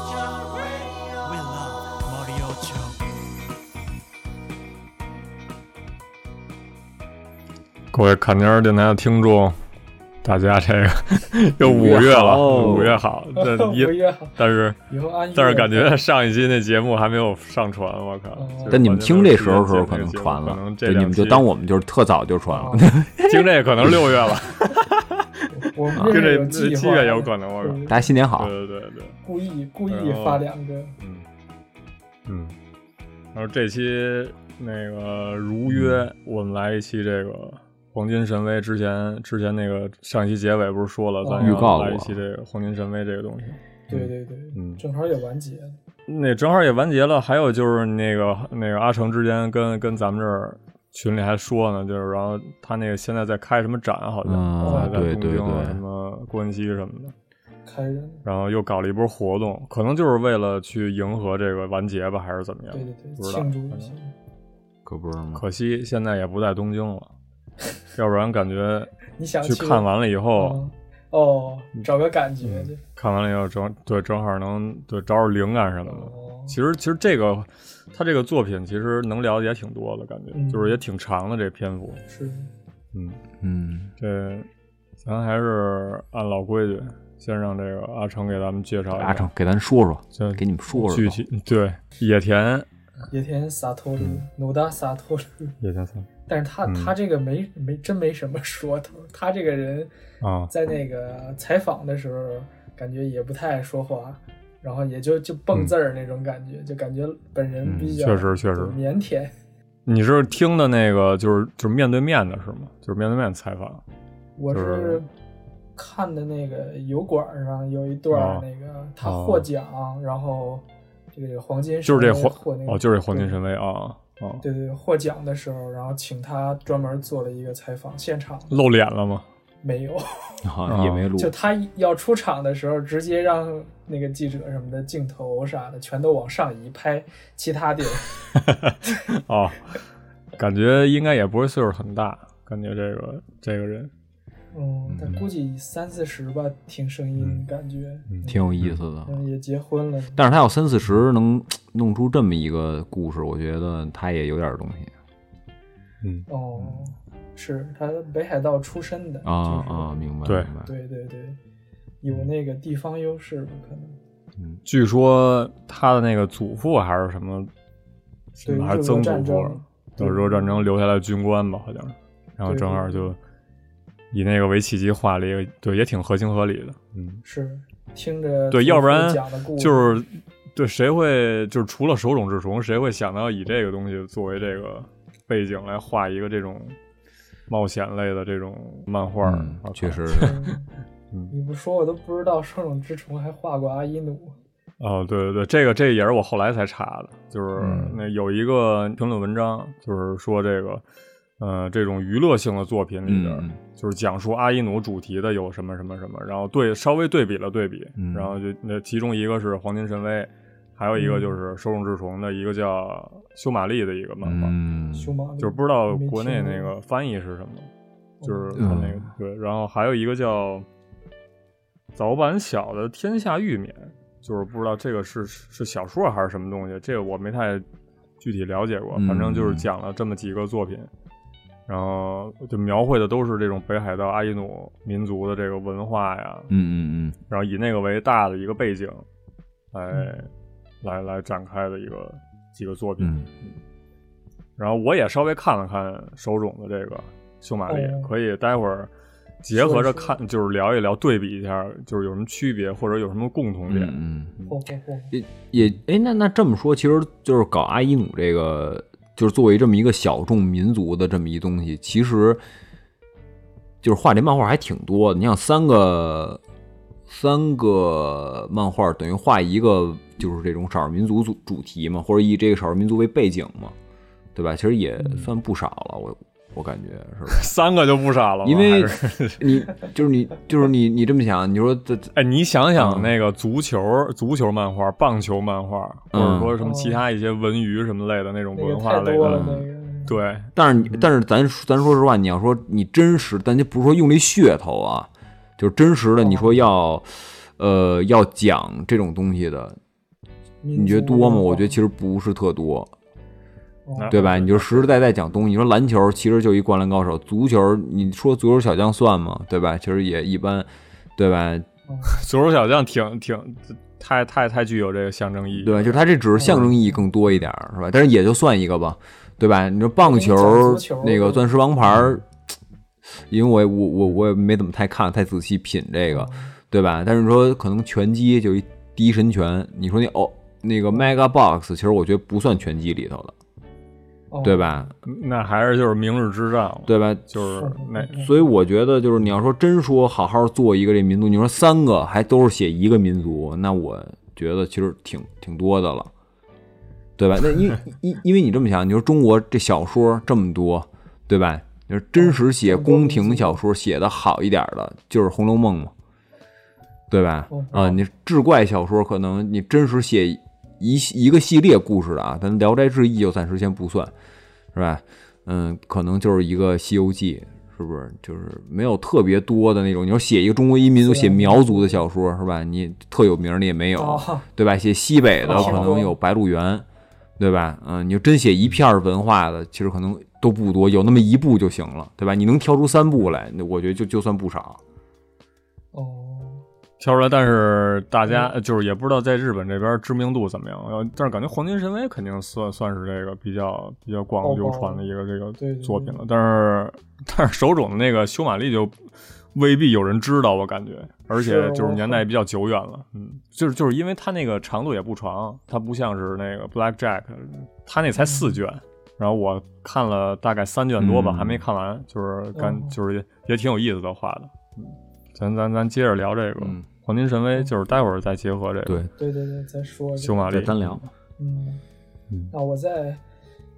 We love Mario Show. 各位卡尼尔电台的听众，大家这个 又五月了，五月好， 这五 一月好，但是以后按月但是感觉上一期那节目还没有上传，我靠！哦就是但你们听这时候时时候可能传可了能，这对，你两们就期啊当我们就是特早就传了哦。 听这可能六月了，我们听 这这有计划嗯七月有可嗯能，我靠！对大家新年好，对对对对，故意故意然后发两个，嗯嗯，然后这期那个如约，我们来一期这个。黄金神威之前之前那个上一期结尾不是说了，咱哦要预告来一过期这个黄金神威这个东西，对对对，嗯，正好也完结了。那正好也完结了。还有就是那个那个阿成之前跟跟咱们这儿群里还说呢，就是然后他那个现在在开什么展，好像、啊在在对东对京啊对什么关西什么的，开人，然后又搞了一波活动，可能就是为了去迎合这个完结吧，还是怎么样？对对对，嗯不知道嗯庆祝一下。可不是吗？可惜现在也不在东京了，要不然感觉 你想去看完了嗯以后，嗯哦，找个感觉去。看完了以后正对正好能对找找灵感什么的。哦，其实，其实这个他这个作品其实能聊的也挺多的，感觉、嗯就是也挺长的这篇幅。是嗯，嗯，这咱还是按老规矩，先让这个阿成给咱们介绍一下阿成给咱说说，这给你们说说吧具体对野田野田洒脱鲁，努达洒脱鲁。野田三但是他嗯他这个没没真没什么说头，他这个人啊，在那个采访的时候，感觉也不太爱说话，然后也就就蹦字儿那种感觉，就感觉本人比较、嗯确实确实腼腆。你是听的那个就是就是面对面的是吗？就是面对面采访我就是是看的那个油管儿上有一段儿哦那个、他哦获奖，然后这个黄金就是这神威黄获那个哦，就是这黄金对神威啊啊，对对，获奖的时候，然后请他专门做了一个采访，现场露脸了 吗？没有，啊也没录，就他要出场的时候，直接让那个记者什么的镜头啥的全都往上移拍，其他地儿 哦，感觉应该也不是岁数很大，感觉这个这个人嗯，但估计三四十吧，听声嗯音感觉，挺有意思的。嗯，也结婚了，但是他要三四十能弄出这么一个故事，我觉得他也有点东西嗯哦，是他北海道出身的啊就是啊，明白对明白，对对对，有那个地方优势吧，可能据说他的那个祖父还是什么，什对么还日是俄曾战祖父争，，就日俄战争留下来的军官吧，好像是，然后对正好就以那个为契机画了一个，对，也挺合情合理的，嗯，是听着对，祖要父不然讲的故事 就是对谁会就是除了手冢治虫，谁会想到以这个东西作为这个背景来画一个这种冒险类的这种漫画儿？啊嗯我靠确实 嗯嗯你不说我都不知道手冢治虫还画过阿伊努。哦，对对对，这个这也是我后来才查的，就是嗯那有一个评论文章，就是说这个，呃，这种娱乐性的作品里边，嗯嗯就是讲述阿伊努主题的有什么什么什么，然后对稍微对比了对比，嗯然后就那其中一个是黄金神威，还有一个嗯就是手冢治虫的一个叫修玛丽的一个漫画，嗯，修马里就是不知道没国内听过那个翻译是什么，就是它嗯那个、对，然后还有一个叫早版小的《天下玉冕》，就是不知道这个是是小说还是什么东西，这个我没太具体了解过，嗯反正就是讲了这么几个作品。然后就描绘的都是这种北海道阿伊努民族的这个文化呀，嗯嗯然后以那个为大的一个背景，来、嗯来来展开的一个几个作品。嗯然后我也稍微看了看手冢的这个秀玛丽，哦可以待会儿结合着说一看，就是聊一聊，对比一下，就是有什么区别或者有什么共同嗯点。嗯嗯。嚯嚯嚯！也也哎，那那这么说，其实就是搞阿伊努这个，就是作为这么一个小众民族的这么一东西，其实就是画这漫画还挺多的。你像三个三个漫画，等于画一个就是这种少数民族主主题嘛，或者以这个少数民族为背景嘛，对吧？其实也嗯算不少了，我我感觉是吧？ 三个就不傻了吧，因为还 是你就是你就是你你这么想，你说这这哎，你想想嗯那个足球、足球漫画、棒球漫画，或者嗯说什么哦其他一些文娱什么类的那种那个文太化类多的嗯了，那个对，但是你，但是咱咱说实话，你要说你真实，咱就不是说用这噱头啊，就是真实的，你说要，呃，要讲这种东西的，你你觉得多吗？嗯我觉得其实不是特多，那对吧？你就实实在在讲东西。你说篮球其实就一灌篮高手，足球你说足球小将算吗？对吧？其实也一般，对吧？足球小将挺挺太太太具有这个象征意义。对吧？就是它这只是象征意义更多一点儿，是吧？但是也就算一个吧，对吧？你说棒球我跟你讲足球那个钻石王牌儿，嗯因为我也我我我也没怎么太看太仔细品这个，对吧？但是说可能拳击就一第一神拳，你说那哦那个 Mega Box，其实我觉得不算拳击里头的，哦对？吧？那还是就是明日之战，，对吧？就是那所以我觉得就是你要说真说好好做一个这民族，你说三个还都是写一个民族，那我觉得其实挺挺多的了，对吧？那因为因因为你这么想，你说中国这小说这么多，对吧？就是真实写宫廷小说写的好一点的，就是《红楼梦》嘛，对吧嗯？啊，你志怪小说可能你真实写一一个系列故事的啊，咱《聊斋志异》就暂时先不算，是吧？嗯，可能就是一个《西游记》，是不是？就是没有特别多的那种。你说写一个中国一民族，是写苗族的小说，是吧？你特有名儿的也没有，哦对吧？写西北的哦可能有《白鹿原》，对吧？嗯，你就真写一片儿文化的，其实可能都不多，有那么一部就行了，对吧？你能挑出三部来，那我觉得就就算不少。哦，挑出来。但是大家嗯呃就是也不知道在日本这边知名度怎么样，呃但是感觉《黄金神威》肯定算算是这个比较比较广爆流爆传的一个这对对个对作品了。但是但是手冢的那个修玛丽就未必有人知道，我感觉，而且是就是我年代比较久远了，嗯，就是就是因为它那个长度也不长，它不像是那个 Black Jack，它那才嗯四卷。然后我看了大概三卷多吧，嗯还没看完，就是感、哦就是也也挺有意思的画的。咱咱咱接着聊这个、嗯黄金神威，就是待会儿再结合这个对，对对对，再说一修个，玛丽再单聊。嗯嗯，那我再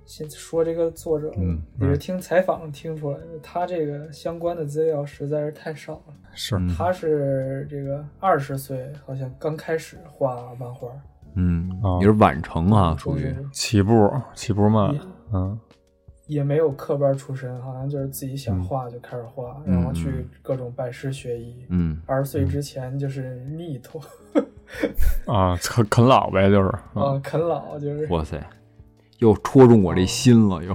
先说这个作者，嗯也是听采访听出来的，他这个相关的资料实在是太少了。是嗯他是这个二十岁，好像刚开始画漫画，嗯哦，也是晚成啊，属于就是起步起步慢也，嗯，也没有科班出身，好像就是自己想画就开始画，嗯然后去各种拜师学艺。嗯二十岁之前就是 逆头啊，啃啃老呗，就是啊，啃老就是哇塞，又戳中我这心了，又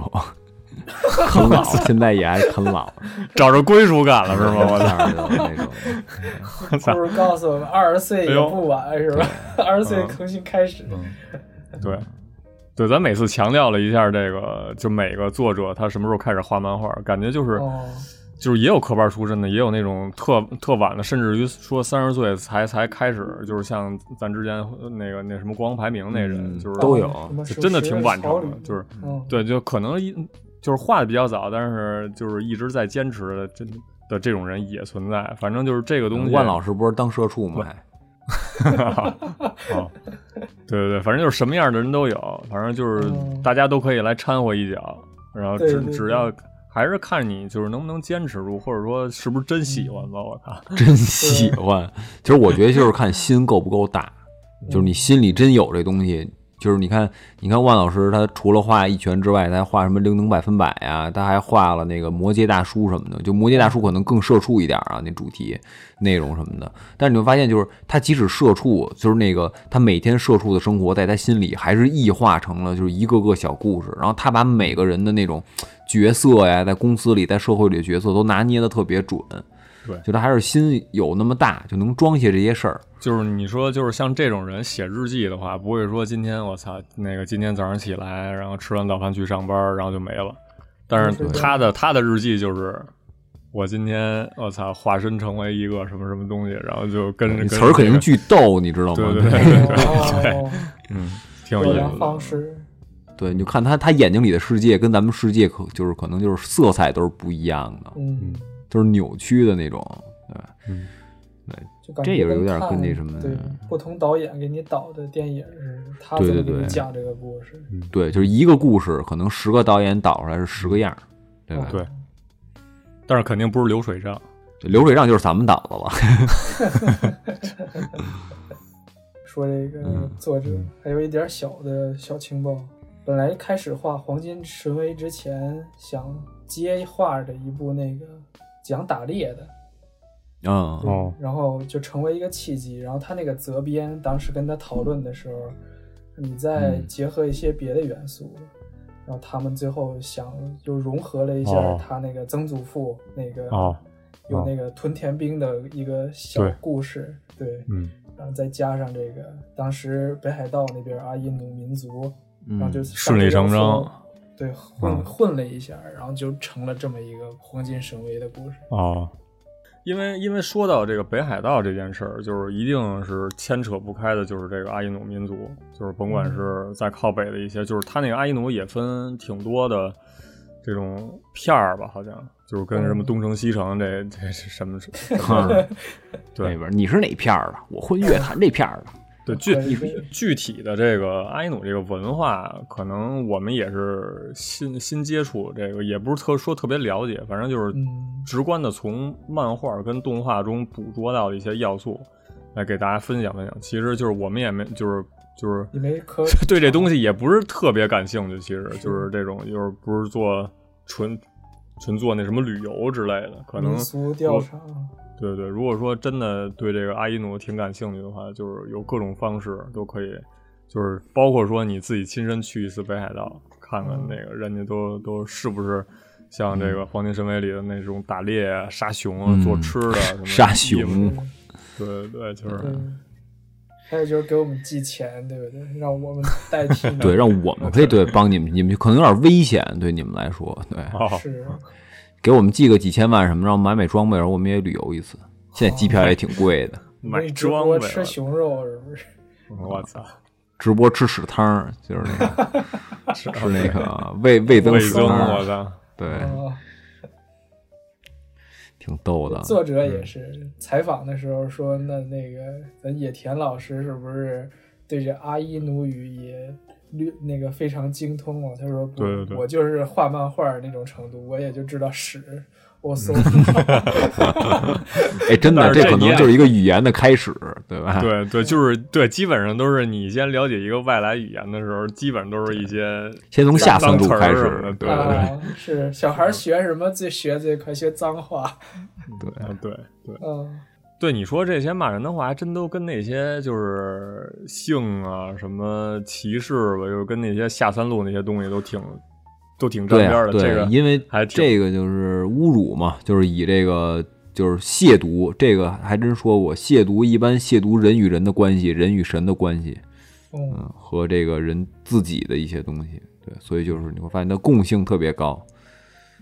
啃老，现在也爱啃老，找着归属感了是吗？我这 操！样的那种，不如告诉我们，二十岁哎也呦嗯不晚，是吧？二十岁重新开始，对，对，咱每次强调了一下这个，就每个作者他什么时候开始画漫画，感觉就是、哦，就是也有科班出身的，也有那种特特晚的，甚至于说三十岁才才开始，就是像咱之前呃那个那什么国王排名那人，嗯就是都有哦什么就真的挺晚成熟的识，就是嗯，对，就可能一就是画的比较早，但是就是一直在坚持的真的这种人也存在，反正就是这个东西。万老师不是当社畜吗？还哦，对对对，反正就是什么样的人都有，反正就是嗯大家都可以来掺和一脚，然后对只对只对要还是看你就是能不能坚持住，或者说是不是真喜欢嗯吧。我靠，真喜欢。其实我觉得就是看心够不够大，就是你心里真有这东西。就是你看，你看万老师，他除了画一拳之外，他还画什么灵能百分百啊，他还画了那个魔界大叔什么的。就魔界大叔可能更社畜一点啊，那主题内容什么的。但是你会发现，就是他即使社畜，就是那个他每天社畜的生活，在他心里还是异化成了就是一个个小故事。然后他把每个人的那种角色呀，在公司里、在社会里的角色都拿捏的特别准。就他还是心有那么大，就能装下这些事儿。就是你说就是像这种人写日记的话，不会说今天我操那个今天早上起来，然后吃完早饭去上班，然后就没了。但是对他的他的日记就是。我今天我操，化身成为一个什么什么东西，然后就跟着嗯词儿肯定巨逗，你知道吗？对对对哦，挺有表意达思的。方式， 对你就看他他眼睛里的世界跟咱们世界可就是可能就是色彩都是不一样的，嗯，都是扭曲的那种。对，就感这觉也有点看跟那什么对不同导演给你导的电影是他对怎么对给你对讲这个故事，对，就是一个故事，可能十个导演导出来是十个样儿，对吧？嗯对，啊但是肯定不是流水账。对，流水账就是咱们导的了。 说这个嗯嗯作者，还有一点小的小情报，本来开始画《黄金神威》之前想接画的一部那个讲打猎的，啊对哦然后就成为一个契机。然后他那个责编当时跟他讨论的时候，你再嗯结合一些别的元素，然后他们最后想又融合了一下哦他那个曾祖父那个哦有那个屯田兵的一个小对故事，对，嗯然后再加上这个当时北海道那边啊印度民族，嗯然后 就 顺理成章。对，混嗯混了一下，然后就成了这么一个黄金神威的故事。哦，因为因为说到这个北海道这件事儿，就是一定是牵扯不开的，就是这个阿伊努民族，就是甭管是在靠北的一些，就是他那个阿伊努也分挺多的这种片儿吧，好像就是跟什么东城西城这这这什么什么 对嗯那边你是哪片儿的？我混乐坛这片儿的。啊对具对具具体的这个阿伊努这个文化，可能我们也是新新接触这个，也不是特说特别了解，反正就是嗯直观的从漫画跟动画中捕捉到的一些要素，来给大家分享分享。其实就是我们也没就是就是 你没可对这东西也不是特别感兴趣，其实就是这种就是不是做纯纯做那什么旅游之类的，可能民俗调查，啊对对，如果说真的对这个阿依努挺感兴趣的话，就是有各种方式都可以，就是包括说你自己亲身去一次北海道，看看嗯那个人家都都是不是像这个《黄金神威》里的那种打猎啊、杀熊啊、嗯做吃的 什么的杀熊你嗯们对对对，就是对。还有就是给我们寄钱，对不对？让我们 代替你对，让我们可以对帮你们，你们可能有点危险，对你们来说，对， 哦，是给我们寄个几千万什么，让我们买买装备，然后我们也旅游一次。现在机票也挺 贵的，买你直装播备吃了，熊肉是不是？我 操，直播吃屎汤儿，就是那 个吃那个味味增味屎增，汤我儿，操，对，啊，挺逗的。作者也嗯是采访的时候说，那那个咱野田老师是不是对这阿伊努语也略那个非常精通啊？他说不，对对对我就是画漫画那种程度，我也就知道屎。我搜，嗯 哎，真的，但是这这可你能也就是一个语言的开始，对吧？对对，就是对，基本上都是你先了解一个外来语言的时候，基本上都是一些先从下三路脏词儿开什么的始，对对对啊，是小孩学什么最学最快？学脏话，对，嗯对对。嗯，对你说这些骂人的话，还真都跟那些就是性啊、什么歧视吧，就是跟那些下三路那些东西都挺都挺沾对边啊的。对这个啊，因为还挺这个就是侮辱嘛，就是以这个就是亵渎，这个还真说过，亵渎一般亵渎人与人的关系，人与神的关系，嗯，嗯，和这个人自己的一些东西，对，所以就是你会发现它共性特别高，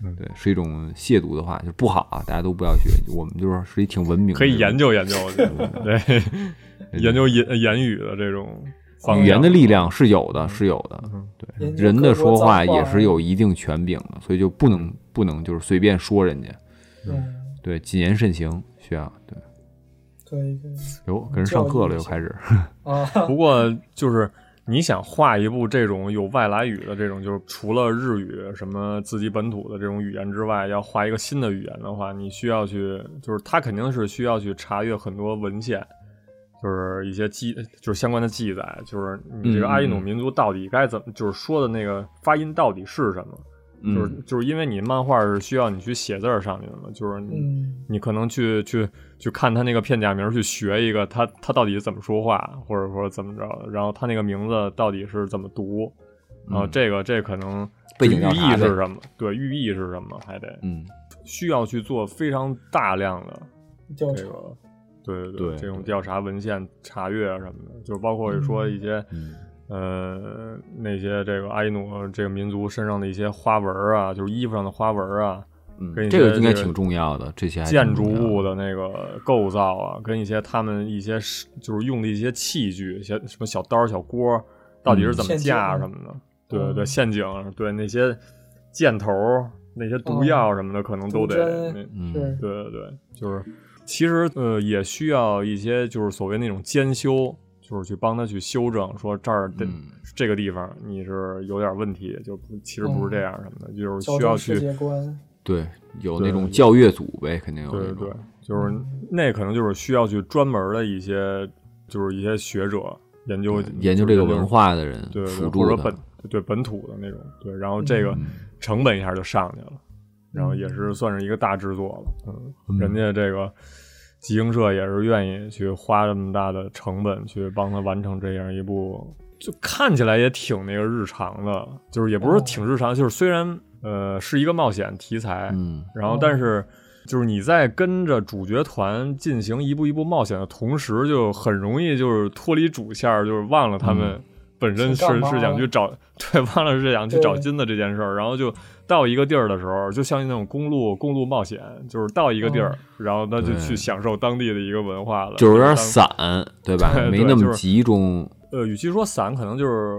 嗯对，是一种亵渎的话，就不好啊，大家都不要学，我们就是是一挺文明的，可以研究研究，我觉得 对，研究言言语的这种方语言的向力量是有的，是有的，嗯对研，究人各的国啊说脏话话也是有一定权柄的，所以就不能不能就是随便说人家，嗯，对，谨言慎行需要，对，可以可以哟，跟人上课了又开始，啊，不过就是你想画一部这种有外来语的这种，就是除了日语什么自己本土的这种语言之外，要画一个新的语言的话，你需要去，就是他肯定是需要去查阅很多文献。就是一些记，就是相关的记载，就是你这个阿伊努嗯嗯嗯民族到底该怎么，就是说的那个发音到底是什么？就是嗯，就是因为你漫画是需要你去写字儿上去的嘛，就是你、嗯，你可能去去去看他那个片假名，去学一个他他到底怎么说话，或者说怎么着的，然后他那个名字到底是怎么读，然后嗯这个这可能背景就调寓查意是呗什么？对，寓意是什么？还得嗯，需要去做非常大量的调这查，个，对对对这种调查文献查阅啊什么的，就是包括说一些、嗯呃那些这个阿伊努这个民族身上的一些花纹儿啊，就是衣服上的花纹儿啊，嗯跟一这个些应该这个挺重要的，这些还挺建筑重要的物的那个构造啊，跟一些他们一些是就是用的一些器具，一些什么小刀儿、小锅儿，到底是嗯怎么陷阱啊架什么的？对对对，嗯陷阱，对那些箭头儿、那些毒哦药什么的，可能都毒得针那嗯是对对对，就是其实呃也需要一些就是所谓那种监修，就是去帮他去修正，说这儿的、嗯这个地方你是有点问题，就不其实不是这样什么的，就是嗯交需要通去世界观，对，有对那种对教乐组呗，肯定有对那对对种，，嗯就是那可能就是需要去专门的一些，就是一些学者研究研究这个文，化的人就是对对对辅或助者本的，嗯就对本土的那种，对，然后这个成本一下就上去了，然后也是算是一个大制作了，嗯，人家这个集英社也是愿意去花这么大的成本去帮他完成这样一部，就看起来也挺那个日常的，就是也不哦是挺日常，就是虽然呃是一个冒险题材，嗯然后但是。就是你在跟着主角团进行一步一步冒险的同时，就很容易就是脱离主线儿，就是忘了他嗯们本身是是干嘛是想去找 对，忘了是想去对找金的这件事儿。然后就到一个地儿的时候，就像那种公路公路冒险，就是到一个地儿，然后他就哦对去享受当地的一个文化了，就是有点当散，对吧？对对没那就么是集中，呃，与其说散，可能就是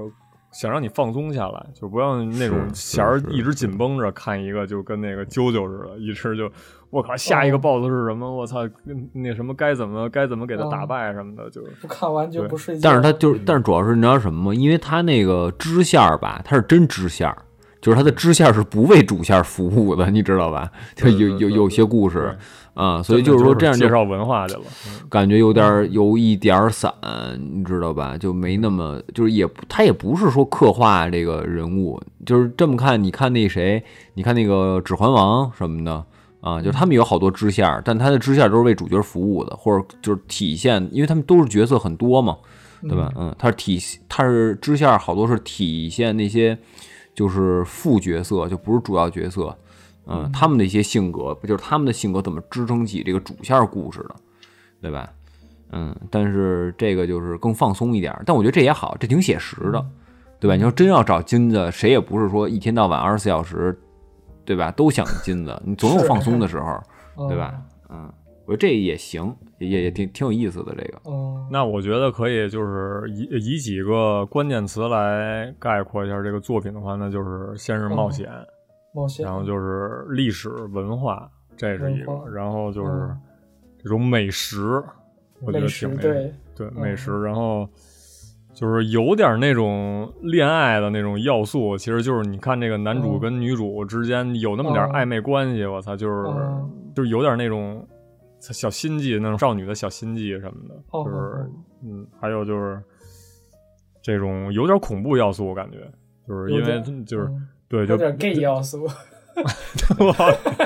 想让你放松下来，就不要那种是弦儿是一直紧绷着看一个，就跟那个啾啾似的，一直就我靠，下哦一个 BOSS 是什么？我操，跟那什么该怎么该怎么给他打哦败什么的，就是不看完就不睡觉。但是它就是，但是主要是你知道什么吗？因为它那个支线儿吧，它是真支线儿，就是它的支线儿是不为主线儿服务的，你知道吧？就嗯对对有对有有些故事啊，所以真的就是说这样介就嗯绍文化去了，感觉有点儿有一点儿散，你知道吧？就没那么就是也不他也不是说刻画这个人物，就是这么看。你看那谁，你看那个《指环王》什么的啊，就是他们有好多支线儿，但他的支线儿都是为主角服务的，或者就是体现，因为他们都是角色很多嘛，对吧？嗯，他是体他是支线儿好多是体现那些就是副角色，就不是主要角色。嗯，他们的一些性格，不就是他们的性格怎么支撑起这个主线儿故事的？对吧？嗯，但是这个就是更放松一点儿，但我觉得这也好，这挺写实的，嗯对吧？你要真要找金子，谁也不是说一天到晚二十四小时，对吧？都想金子，你总有是放松的时候，嗯对吧？？嗯，我觉得这也行，也也也挺挺有意思的这 个。嗯，那我觉得可以，就是以以几个关键词来概括一下这个作品的话，那就是先是冒嗯险，冒险然，后就是历史文化，这是一个文化，然后就是嗯这种美食，我觉得美食挺那对对美食，然后就是有点那种恋爱的那种要素，其实就是你看这个男主嗯跟女主之间有那么点嗯暧昧关系，我操，就是嗯就是有点那种小心计，那种少女的小心计什么的，哦就是嗯，还有就是这种有点恐怖要素，我感觉就是因有为点就是嗯对，有就点 gay 要素，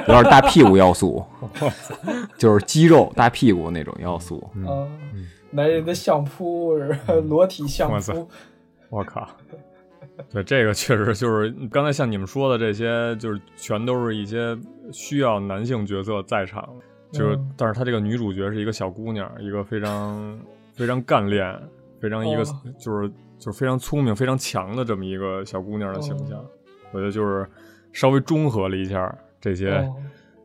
有点大屁股要素，就是肌肉大屁股那种要素。嗯，男人的相扑是吧？嗯裸体相我扑操， 我靠！对，这个确实就是刚才像你们说的这些，就是全都是一些需要男性角色在场，就是、嗯但是她这个女主角是一个小姑娘，一个非常非常干练，非常一个、哦就是就是非常聪明、非常强的这么一个小姑娘的形哦象，我觉得就是稍微中和了一下这些、哦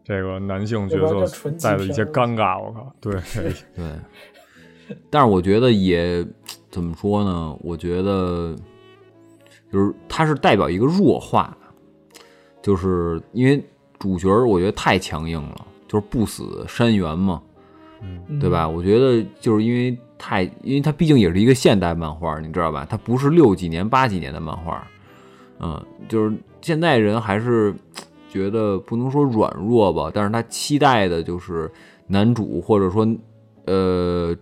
这个男性角要不然色就纯带的极一些品尴尬，我靠， 对，对，但是我觉得也怎么说呢？我觉得就是它是代表一个弱化，就是因为主角儿我觉得太强硬了，就是不死山猿嘛，嗯对吧？我觉得就是因为太，因为它毕竟也是一个现代漫画，你知道吧？它不是六几年、八几年的漫画，嗯，就是现代人还是觉得不能说软弱吧，但是他期待的就是男主或者说呃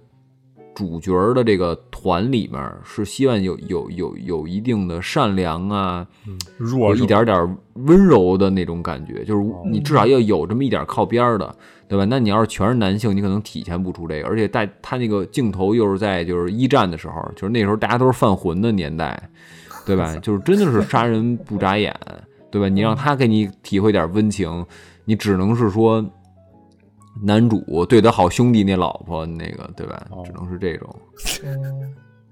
主角儿的这个团里面儿是希望有有有有一定的善良啊，弱哦有者一点儿点儿温柔的那种感觉，就是你至少要有这么一点儿靠边儿的，对吧？那你要是全是男性，你可能体现不出这个，而且带他那个镜头又是在就是一战的时候，就是那时候大家都是犯浑的年代，对吧？就是真的是杀人不眨眼，对吧？你让他给你体会点温情，你只能是说男主对他好兄弟那老婆那个，对吧哦？只能是这种。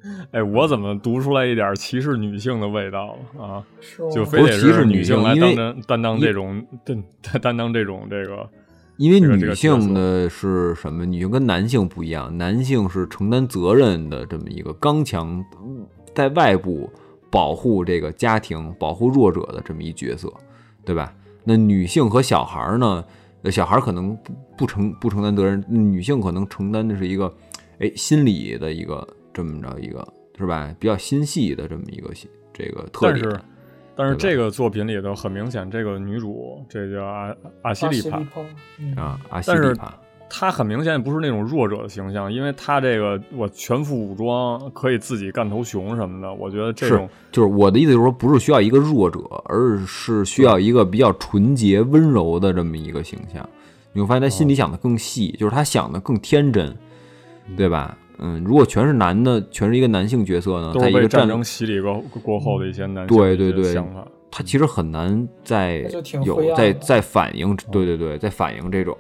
嗯，哎，我怎么读出来一点歧视女性的味道了啊？是吗？就非得不是歧视是女性性来因担为当担当这种担担当这种这个，因为这个这女个角色性的是什么？女性跟男性不一样，男性是承担责任的这么一个刚强，在外部保护这个家庭、保护弱者的这么一角色，对吧？那女性和小孩儿呢？呃小孩儿可能不不承不承担责任，女性可能承担的是一个，哎，心理的一个这么着一个是吧？比较心细的这么一个这个特但点。是但是对吧这个作品里头很明显，这个女主这叫阿阿西阿利西帕利，帕，嗯啊，阿西但是里帕，他很明显不是那种弱者的形象，因为他这个我全副武装，可以自己干头熊什么的。我觉得这是种，就是我的意思，就是说不是需要一个弱者，而是需要一个比较纯洁、温柔的这么一个形象。你会发现他哦心里想的更细，就是他想的更天真，对吧？嗯，如果全是男的，全是一个男性角色呢，都他是啊一个被战战争洗礼过过后的一些男性对的一对些对想法。他其实很难再那就挺灰有暗再的嗯再反映，对对对，再反映这种，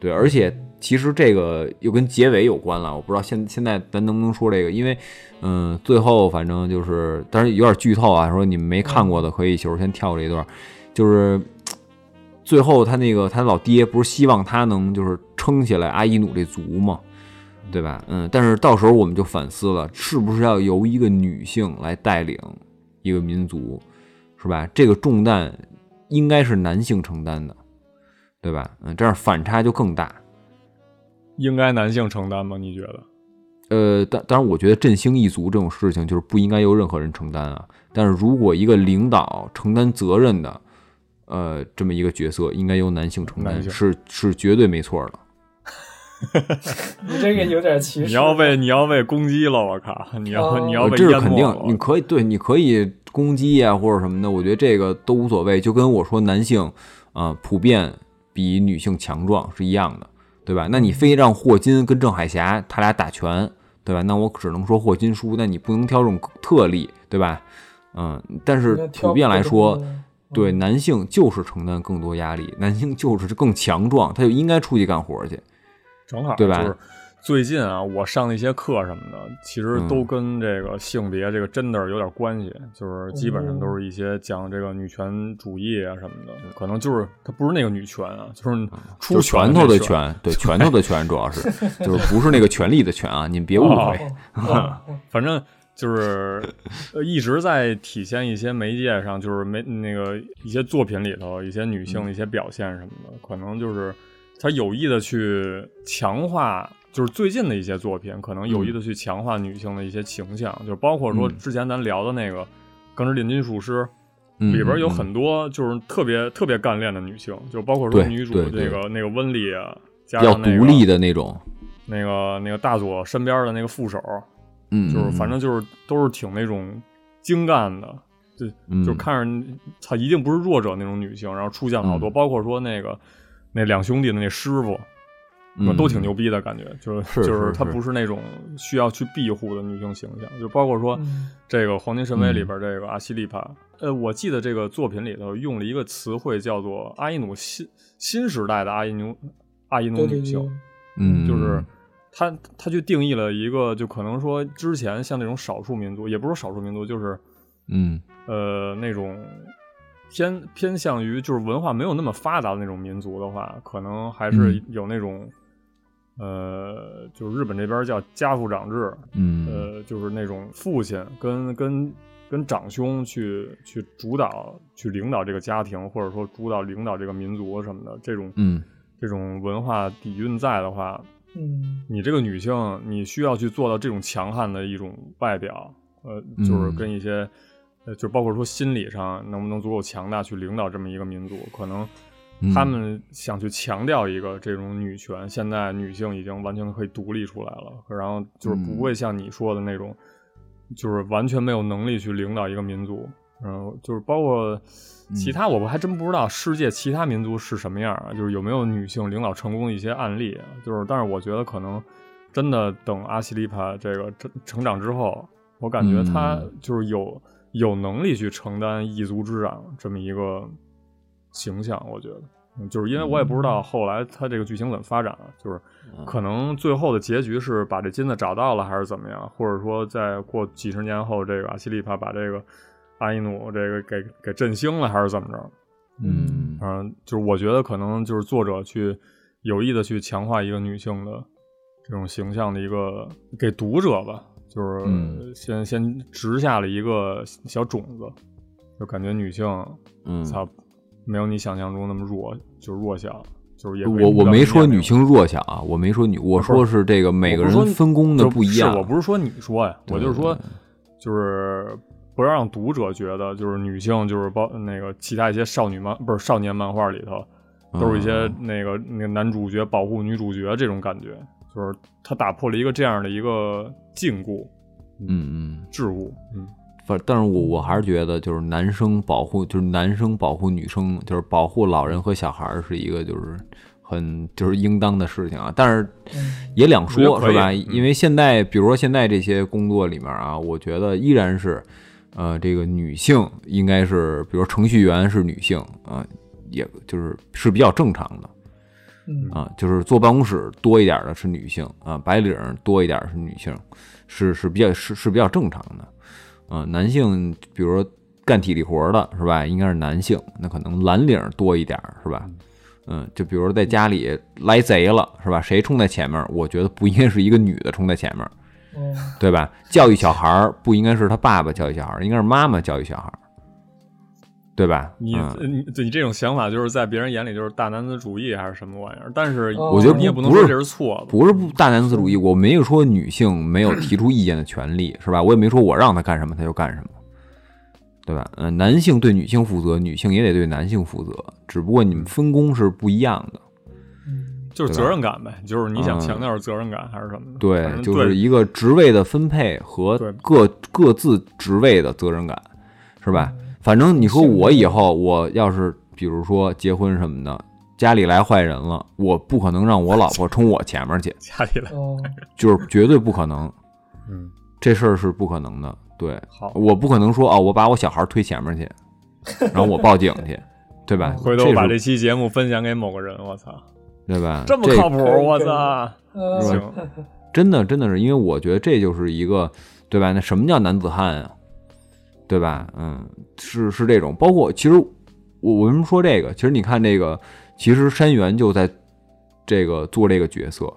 对，而且其实这个又跟结尾有关了，我不知道现现在咱能不能说这个，因为嗯，最后反正就是，但是有点剧透啊，说你们没看过的嗯可以就是先跳这一段，就是最后他那个他老爹不是希望他能就是撑起来阿依努这族吗？对吧？嗯，但是到时候我们就反思了，是不是要由一个女性来带领一个民族，是吧？这个重担应该是男性承担的，对吧？嗯，这样反差就更大。应该男性承担吗？你觉得？呃，当当然，我觉得振兴一族这种事情就是不应该由任何人承担啊。但是如果一个领导承担责任的，呃，这么一个角色，应该由男性承担，男性是是绝对没错的。你这个有点歧视。你要被你要被攻击了，我靠！你要、哦你要被呃这是淹肯没定了，，你可以对，你可以攻击呀、或者什么的，我觉得这个都无所谓。就跟我说男性，呃，普遍比女性强壮是一样的，对吧？那你非让霍金跟郑海霞他俩打拳，对吧？那我只能说霍金输，但你不能挑这种特例，对吧？嗯，但是那挑普遍来说不中，的嗯对男性就是承担更多压力，男性就是更强壮，他就应该出去干活去。正好对吧就是最近啊，我上的一些课什么的，其实嗯都跟这个性别、这个 gender 有点关系，就是基本上都是一些讲这个女权主义啊什么的，可能就是它不是那个女权啊，就是出嗯就是拳头的的拳，对，拳头的拳主要 是，就是不是那个权力的权啊，你们别误哦会。哦哦反正就是呃一直在体现一些媒介上，就是媒那个一些作品里头一些女性的嗯一些表现什么的，可能就是他有意的去强化。就是最近的一些作品，可能有意的去强化女性的一些形象，就包括说嗯之前咱聊的那个《钢之炼金术师》嗯里边有嗯很多就是特别特别干练的女性，就包括说对女主对这个那个温丽啊，加比较上那独个立的那种，那个那个大佐身边的那个副手，嗯，就是反正就是都是挺那种精干的，就嗯就看着她一定不是弱者那种女性，然后出现了好多，嗯包括说那个那两兄弟的那师傅，嗯都挺牛逼的感觉，就是是就是她是不是那种需要去庇护的女性形象，就包括说嗯 这个《黄金神威》嗯里边这个阿西利帕，呃，我记得这个作品里头用了一个词汇叫做阿伊努新新时代的阿伊努阿伊努对对女性对，，嗯就是他他去定义了一个，就可能说之前像那种少数民族，也不是说少数民族，就是嗯呃那种偏偏向于就是文化没有那么发达的那种民族的话，可能还是嗯有那种、呃，就是日本这边叫家父长制，嗯呃，就是那种父亲跟跟跟长兄去去主导、去领导这个家庭，或者说主导领导这个民族什么的，这种嗯这种文化底蕴在的话，嗯，你这个女性，你需要去做到这种强悍的一种外表，呃，就是嗯跟一些，呃，就包括说心理上能不能足够强大去领导这么一个民族，可能嗯他们想去强调一个这种女权，现在女性已经完全可以独立出来了，然后就是不会像你说的那种，就是完全没有能力去领导一个民族，然后就是包括其他，嗯我还真不知道世界其他民族是什么样啊，就是有没有女性领导成功的一些案例啊，就是但是我觉得可能真的等阿西利帕这个成成长之后，我感觉她嗯就是有、有能力去承担一族之长这么一个形象，我觉得。嗯就是因为我也不知道后来他这个剧情怎么发展了，啊就是可能最后的结局是把这金子找到了，还是怎么样？或者说，在过几十年后，这个阿西利帕把这个阿伊努这个给给振兴了，还是怎么着？嗯反正就是我觉得可能就是作者去有意的去强化一个女性的这种形象的一个给读者吧，就是嗯先、先植下了一个小种子，就感觉女性嗯，操、没有你想象中那么弱，就是弱小，就是也嗯我我没说女性性弱小啊，我没说女，我说是这个每个人分工的不一样，我不是说你说呀，我就是说对就是。不要让读者觉得就是女性就是包那个其他一些少女漫不是少年漫画里头，都是一些嗯那个那个男主角保护女主角这种感觉，就是他打破了一个这样的一个禁锢、嗯嗯，桎梏。嗯，反但是我我还是觉得就是男生保护就是男生保护女生就是保护老人和小孩儿是一个就是很就是应当的事情啊，但是嗯也两我说觉得可以是吧？嗯因为现在比如说现在这些工作里面啊，我觉得依然是呃这个女性应该是比如说程序员是女性啊、也就是是比较正常的。嗯啊，就是坐办公室多一点儿的是女性啊，白领儿多一点儿是女性，是是比较是是比较正常的。啊，男性比如说干体力活儿的是吧，应该是男性，那可能蓝领儿多一点儿是吧？嗯，就比如说在家里来贼了是吧？谁冲在前面儿？我觉得不应该是一个女的冲在前面儿，嗯对吧？教育小孩儿不应该是他爸爸教育小孩儿，应该是妈妈教育小孩儿，对吧？你、嗯你你这种想法就是在别人眼里就是大男子主义还是什么玩意儿，但是哦我觉得你也不能不说是这是错的。不是不大男子主义，我没有说女性没有提出意见的权利，是吧？我也没说我让她干什么她就干什么，对吧？嗯、男性对女性负责，女性也得对男性负责，只不过你们分工是不一样的。嗯就是责任感呗，就是你想嗯强调是责任感还是什么的？反对，正就是对一个职位的分配和对各各自职位的责任感，是吧？嗯反正你说我以后我要是比如说结婚什么的，家里来坏人了，我不可能让我老婆冲我前面去，家里来。 哦，就是绝对不可能。嗯，这事儿是不可能的。对，好，我不可能说哦，我把我小孩推前面去，然后我报警去，对 吧？回头我把这这是期节目分享给某个人，我操，对吧？这么这靠谱，可以我可以操！呃是吧行，真的真的是因为我觉得这就是一个对吧？那什么叫男子汉啊？对吧？嗯，是是这种。包括其实我我为什么说这个？其实你看这个，其实山原就在这个做这个角色，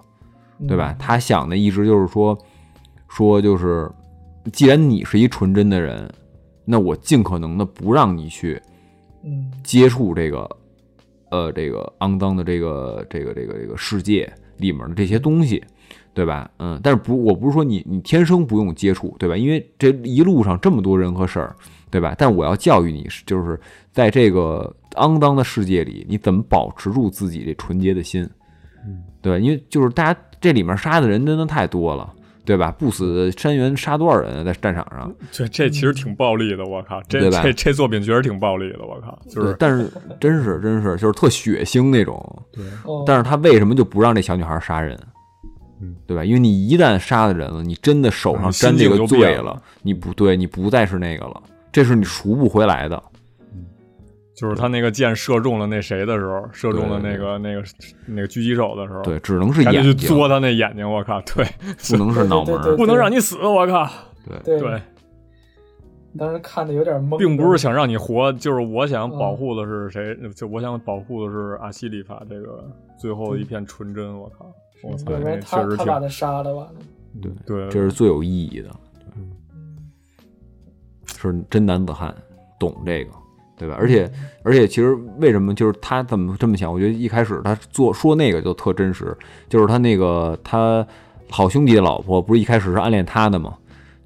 对吧？？他想的一直就是说，说就是，既然你是一纯真的人，那我尽可能的不让你去嗯接触这个，呃，这个肮脏的这个这个这个这个世界里面的这些东西，对吧？嗯，但是不，我不是说你你天生不用接触，对吧？因为这一路上这么多人和事儿，对吧？但我要教育你，就是在这个肮脏的世界里，你怎么保持住自己这纯洁的心，对吧？因为就是大家这里面杀的人真的太多了。对吧？不死山原杀多少人啊在战场上？这这其实嗯挺暴力的，我靠，这对吧这这作品确实挺暴力的，我靠，就对是，但是真是真是就是特血腥那种。嗯，哦但是他为什么就不让这小女孩杀人？嗯，对吧？因为你一旦杀了人了，你真的手上沾这个心境就罪变了了，你不对，你不再是那个了，这是你赎不回来的。就是他那个箭射中了那谁的时候，射中了对那个那个那个狙击手的时候，对，，只能是赶眼紧去睛，嘬他那眼睛，我靠，对，不能是脑门对对儿。不能让你死，我靠，对，对，对，当时看的嗯有点懵，并不是想让你活，就是我想保护的是谁，就我想保护的是阿西里法这个最后一嗯片纯真，我靠，我操，要不那然确嗯他实他把挺他杀了完了，对，这是最有意义的，是真男子汉，懂这个，对吧？而且而且，其实为什么就是他怎么这么想？我觉得一开始他做说那个就特真实，就是他那个他好兄弟的老婆不是一开始是暗恋他的吗？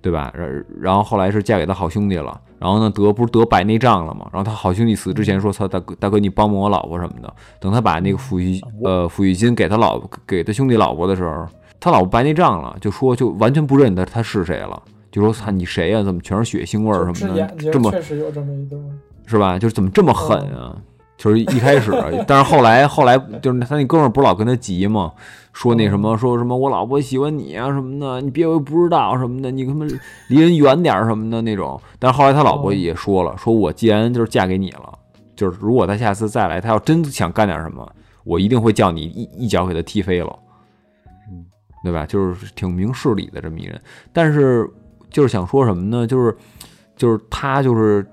对吧？然然后后来是嫁给他好兄弟了，然后呢得不是得白内障了吗？然后他好兄弟死之前说：“操大哥大哥，你帮帮我老婆什么的。”等他把那个抚啊恤呃抚恤金给他老婆给他兄弟老婆的时候，他老婆白内障了，就说就完全不认得他是谁了，就说操你谁啊呀、怎么全是血腥味儿什就治么眼的，睛这么确实有这么一段，是吧？就是怎么这么狠啊？就是一开始，啊但是后来后来就是他那哥们儿不是老跟他急吗？说那什么说什么我老婆喜欢你啊什么的，你别以为不知道什么的，你他妈离人远点儿什么的那种。但是后来他老婆也说了，说我既然就是嫁给你了，就是如果他下次再来，他要真想干点什么，我一定会叫你一一脚给他踢飞了，对吧？就是挺明事理的这么一人。但是就是想说什么呢？就是就是他就是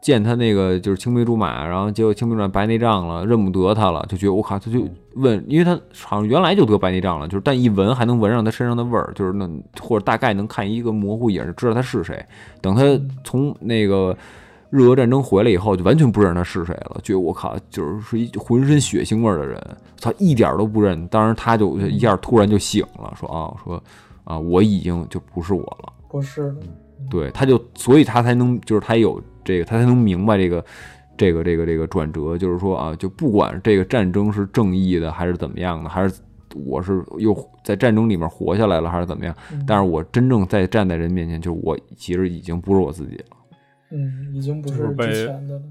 见他那个就是青梅竹马，然后结果青梅竹马白内障了，认不得他了，就觉得我靠，他就问，因为他好像原来就得白内障了，就是但一闻还能闻上他身上的味儿，就是那或者大概能看一个模糊影儿，知道他是谁。等他从那个。日俄战争回来以后，就完全不认识他是谁了，觉得我靠，就是是一浑身血腥味儿的人，他一点儿都不认。当时他就一下突然就醒了，说啊，说啊，我已经就不是我了。不是的，嗯对，他就所以他才能就是他有这个，他才能明白这个这个这个这个转折，就是说啊，就不管这个战争是正义的还是怎么样的，还是我是又在战争里面活下来了还是怎么样，嗯但是我真正在站在人面前，就是我其实已经不是我自己了。嗯，已经不就是是被之前的了。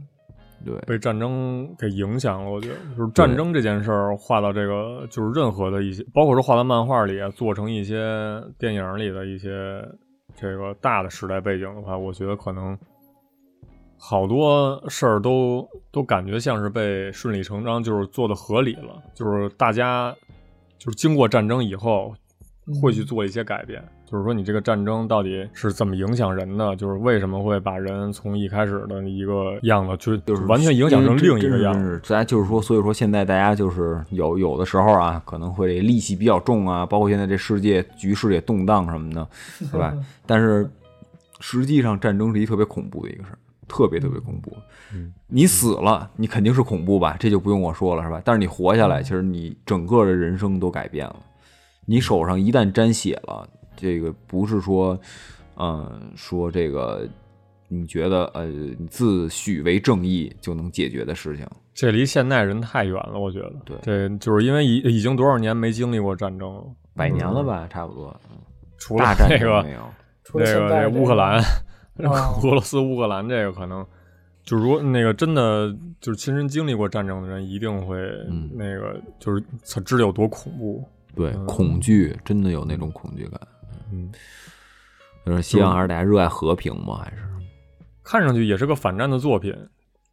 对，被战争给影响了，我觉得就是战争这件事儿画到这个，就是任何的一些，包括是画到漫画里啊，做成一些电影里的一些这个大的时代背景的话，我觉得可能好多事儿都都感觉像是被顺理成章，就是做的合理了，就是大家就是经过战争以后，会去做一些改变。就是说，你这个战争到底是怎么影响人的？就是为什么会把人从一开始的一个样子，就就是完全影响成另一真个是样真子？是大家就是说，所以说现在大家就是有有的时候啊，可能会戾气比较重啊，包括现在这世界局势也动荡什么的，对吧？但是实际上，战争是一特别恐怖的一个事儿，特别特别恐怖。嗯你死了，你肯定是恐怖吧？这就不用我说了，是吧？但是你活下来，其实你整个的人生都改变了。你手上一旦沾血了，这个不是说，嗯，说这个你觉得呃，你自诩为正义就能解决的事情。这离现代人太远了，我觉得。对这就是因为已已经多少年没经历过战争了，百年了吧，差不多。除了大战这争个没有，除嗯那了现个在这这乌克个兰，哦 俄罗斯乌克兰这个可能，就如果那个真的就是亲身经历过战争的人，一定会嗯那个就是才知道有多恐怖。对，恐惧真的有那种恐惧感。嗯，就是希望还是大家热爱和平吗？还是看上去也是个反战的作品，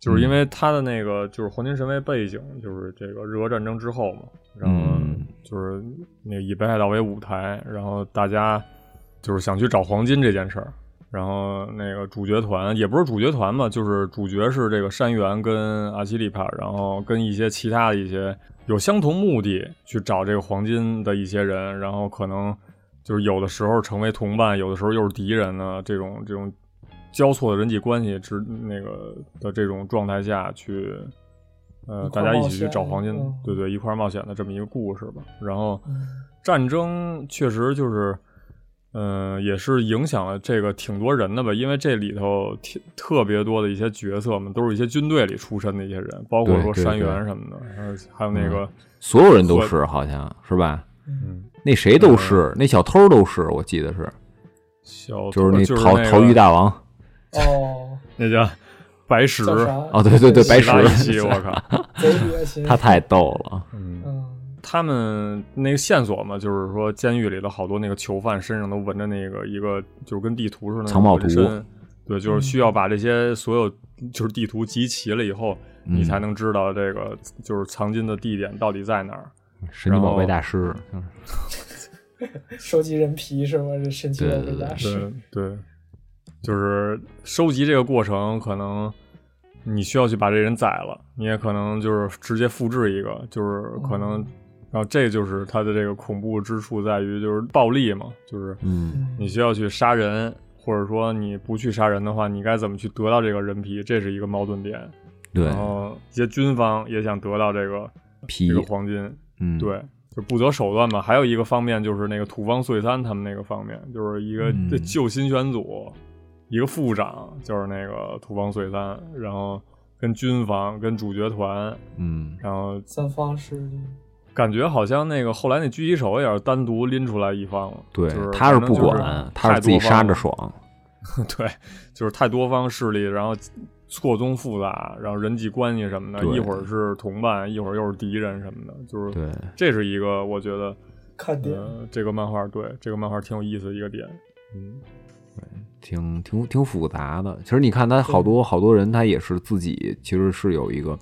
就是嗯因为他的那个就是黄金神威背景，就是这个日俄战争之后嘛，然后嗯就是那个以北海道为舞台，然后大家就是想去找黄金这件事儿，然后那个主角团也不是主角团吧，就是主角是这个山原跟阿西利帕，然后跟一些其他的一些有相同目的去找这个黄金的一些人，然后可能就是有的时候成为同伴，有的时候又是敌人呢，这种这种交错的人际关系之那个的这种状态下去，呃，一块大儿家一冒起去险找黄金，嗯对对，一块儿冒险的这么一个故事吧。然后嗯战争确实就是，呃，也是影响了这个挺多人的吧，因为这里头挺特别多的一些角色嘛，都是一些军队里出身的一些人，包括对说对嗯山对原什么的，还有还有那个，所有人都是，好像是吧？嗯，那谁都是，那小偷都是，我记得是，小就是那逃个逃狱大王哦，那叫白石 叫啥？哦，对对对，白其他一期，石，我 靠，贼恶心。他太逗了，嗯。嗯他们那个线索嘛，就是说监狱里的好多那个囚犯身上都纹着那个一个，就是跟地图似的那种藏宝纹图身对，就是需要把这些所有就是地图集齐了以后，嗯你才能知道这个就是藏金的地点到底在哪儿。神奇宝贝大师，就是收集人皮是吗？这神奇宝贝大师对对，就是收集这个过程，可能你需要去把这人宰了，你也可能就是直接复制一个，就是可能，嗯然后这就是它的这个恐怖之处在于就是暴力嘛，就是嗯，你需要去杀人，或者说你不去杀人的话，你该怎么去得到这个人皮？这是一个矛盾点。对然，后一些军方也想得到这个皮这，个黄金，嗯，，对，就不择手段吧。还有一个方面就是那个土方岁三他们那个方面，就是一个嗯这旧新选组，一个副长就是那个土方岁三，然后跟军方跟主角团，嗯，然后三方势力。嗯感觉好像那个后来那狙击手也是单独拎出来一方了，对就是，他是不管，他是自己杀着爽， 对，就是太多方势力，然后错综复杂，然后人际关系什么的，对一会儿是同伴，一会儿又是敌人什么的，就是对，这是一个我觉得，看点，呃，这个漫画对这个漫画挺有意思的一个点，嗯，挺挺挺复杂的。其实你看，他好多好多人，他也是自己其实是有一个，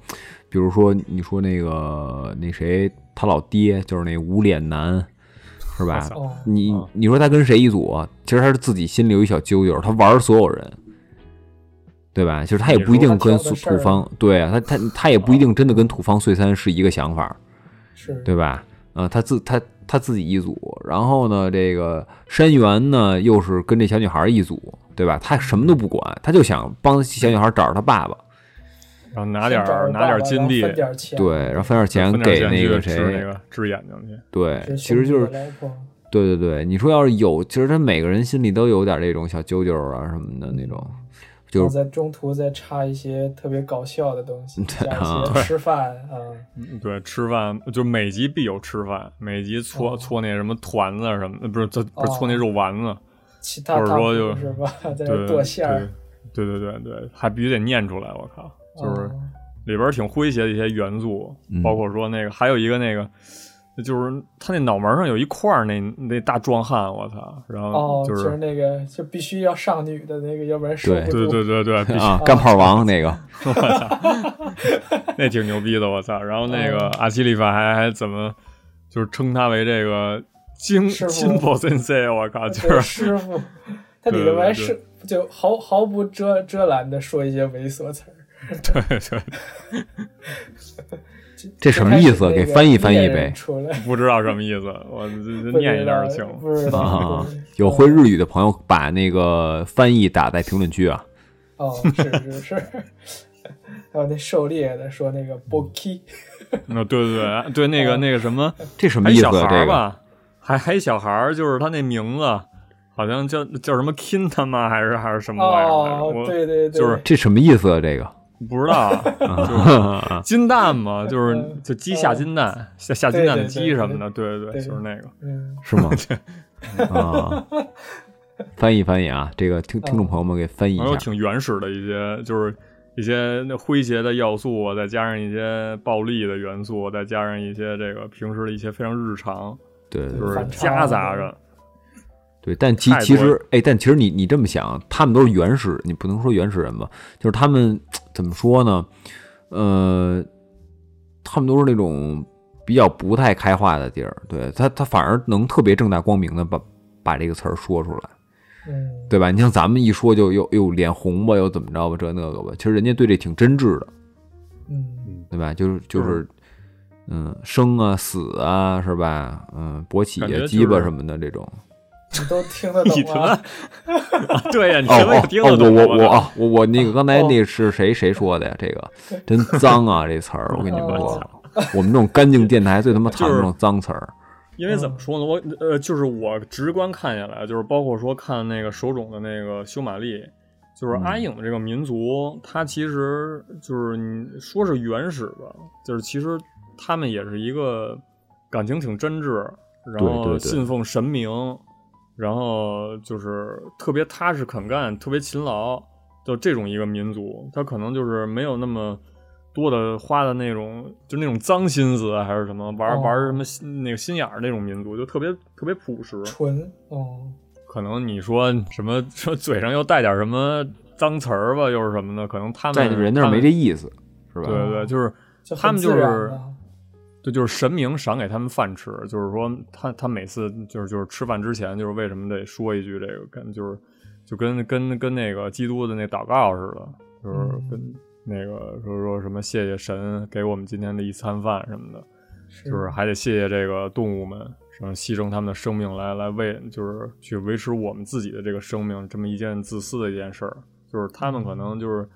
比如说你说那个那谁，他老爹就是那无脸男，是吧？哦，你啊你说他跟谁一组啊？其实他是自己心里有一小揪揪，他玩所有人，对吧？就是他也你不一说定他跟挑的土事儿土方，对啊，他他他也不一定真的跟土方岁三是一个想法，是，对吧？啊、他自他他自己一组，然后呢，这个山原呢又是跟这小女孩一组，对吧？他什么都不管，他就想帮小女孩找着他爸爸，然后拿先点找儿着拿爸点儿爸金然后币，分点儿钱，对，然后分点钱分给点那钱个去谁，治那个治眼睛去，对，这其实就是兄弟老婆对对对，你说要是有，其实他每个人心里都有点这种小揪揪啊什么的那种，就然后是在中途再插一些特别搞笑的东 西，对加啊一些吃饭啊，嗯对，吃饭就每集必有吃饭，每集搓、哦搓那什么团子什么，呃不是，这不是哦搓那肉丸子，其或他者大说夫就是 吧，在对那剁馅儿，对对对对对，还必须得念出来，我靠，就是嗯里边挺诙谐的一些元素，嗯包括说那个还有一个那个。就是他那脑门上有一块儿那那大壮汉，我操！然后，、哦就是是那个就必须要上女的那个，要不然受对不对住。对对对，必须 啊，干炮王那个， 那挺牛逼的，我操！然后那哦个阿西利法还还怎么，就是称他为这个金师傅金宝先生，我靠，就对是 师傅，他对里头对还对是就毫毫不遮遮拦的说一些猥琐词儿。对对，这什么意思？给翻译翻译呗。出来不知道什么意思，我这这 不念知一下道就行了。不知道啊对，有会日语的朋友把那个翻译打在评论区啊。哦，是是是。还有那狩猎的说那个 boki，嗯，对对对对，那哦个那个什么，这什么还一意思小孩啊？儿这个吧，还还一小孩儿，就是他那名字好像叫叫什么 Kin 他妈还是还是什么玩意儿来着？哦，我对对对，就是这什么意思啊？这个不知 道，就是金蛋嘛，就是就鸡下金蛋，下下金蛋的鸡什么的，对对对，就是那个。嗯，是吗？啊，翻译翻译啊，这个听听众朋友们给翻译一还有下。挺原始的一些，就是一些那诙谐的要素，啊再加上一些暴力的元素，啊再加上一些这个平时的一些非常日常，对对就是反差夹杂着。对，但其太多其实了哎，但其实你你这么想，他们都是原始，你不能说原始人吧？就是他们怎么说呢？呃，他们都是那种比较不太开化的地儿，对他他反而能特别正大光明的把把这个词儿说出来。嗯，对吧？你像咱们一说就又又脸红吧，又怎么着吧，这那个吧。其实人家对这挺真挚的，嗯，对吧？就是就是，嗯，生啊死啊，是吧？嗯，勃起感觉啊，就是鸡巴什么的这种。你都听得你懂他啊？妈，对呀，你哦他妈哦也听哦得，我懂我我操啊，我我那个刚才哦那是谁谁说的呀？这个真脏啊，这词儿我跟你们哦说，我们这种干净电台最他妈就讨是厌这种脏词儿。因嗯为怎么说呢，我呃，就是我直观看下来，就是包括说看那个手冢的那个修玛丽，就是嗯阿影这个民族，它其实就是你说是原始吧，就是其实他们也是一个感情挺真挚，然对后对对信奉神明，然后就是特别踏实肯干，特别勤劳，就这种一个民族，他可能就是没有那么多的花的那种，就那种脏心思啊还是什么，玩、哦玩什么心那个心眼儿那种民族，就特别特别朴实。纯哦，可能你说什么说嘴上又带点什么脏词儿吧，又是什么的，可能他们在人那儿没这意思，啊是他吧？们对对，就是就很他们就是自然啊对，就是神明赏给他们饭吃，就是说他他每次就是就是吃饭之前，就是为什么得说一句这个，跟就是就跟跟跟那个基督的那祷告似的，就是嗯跟那个说说什么谢谢神给我们今天的一餐饭什么的，是就是还得谢谢这个动物们，然后牺牲他们的生命来来为就是去维持我们自己的这个生命，这么一件自私的一件事儿，就是他嗯们可能就是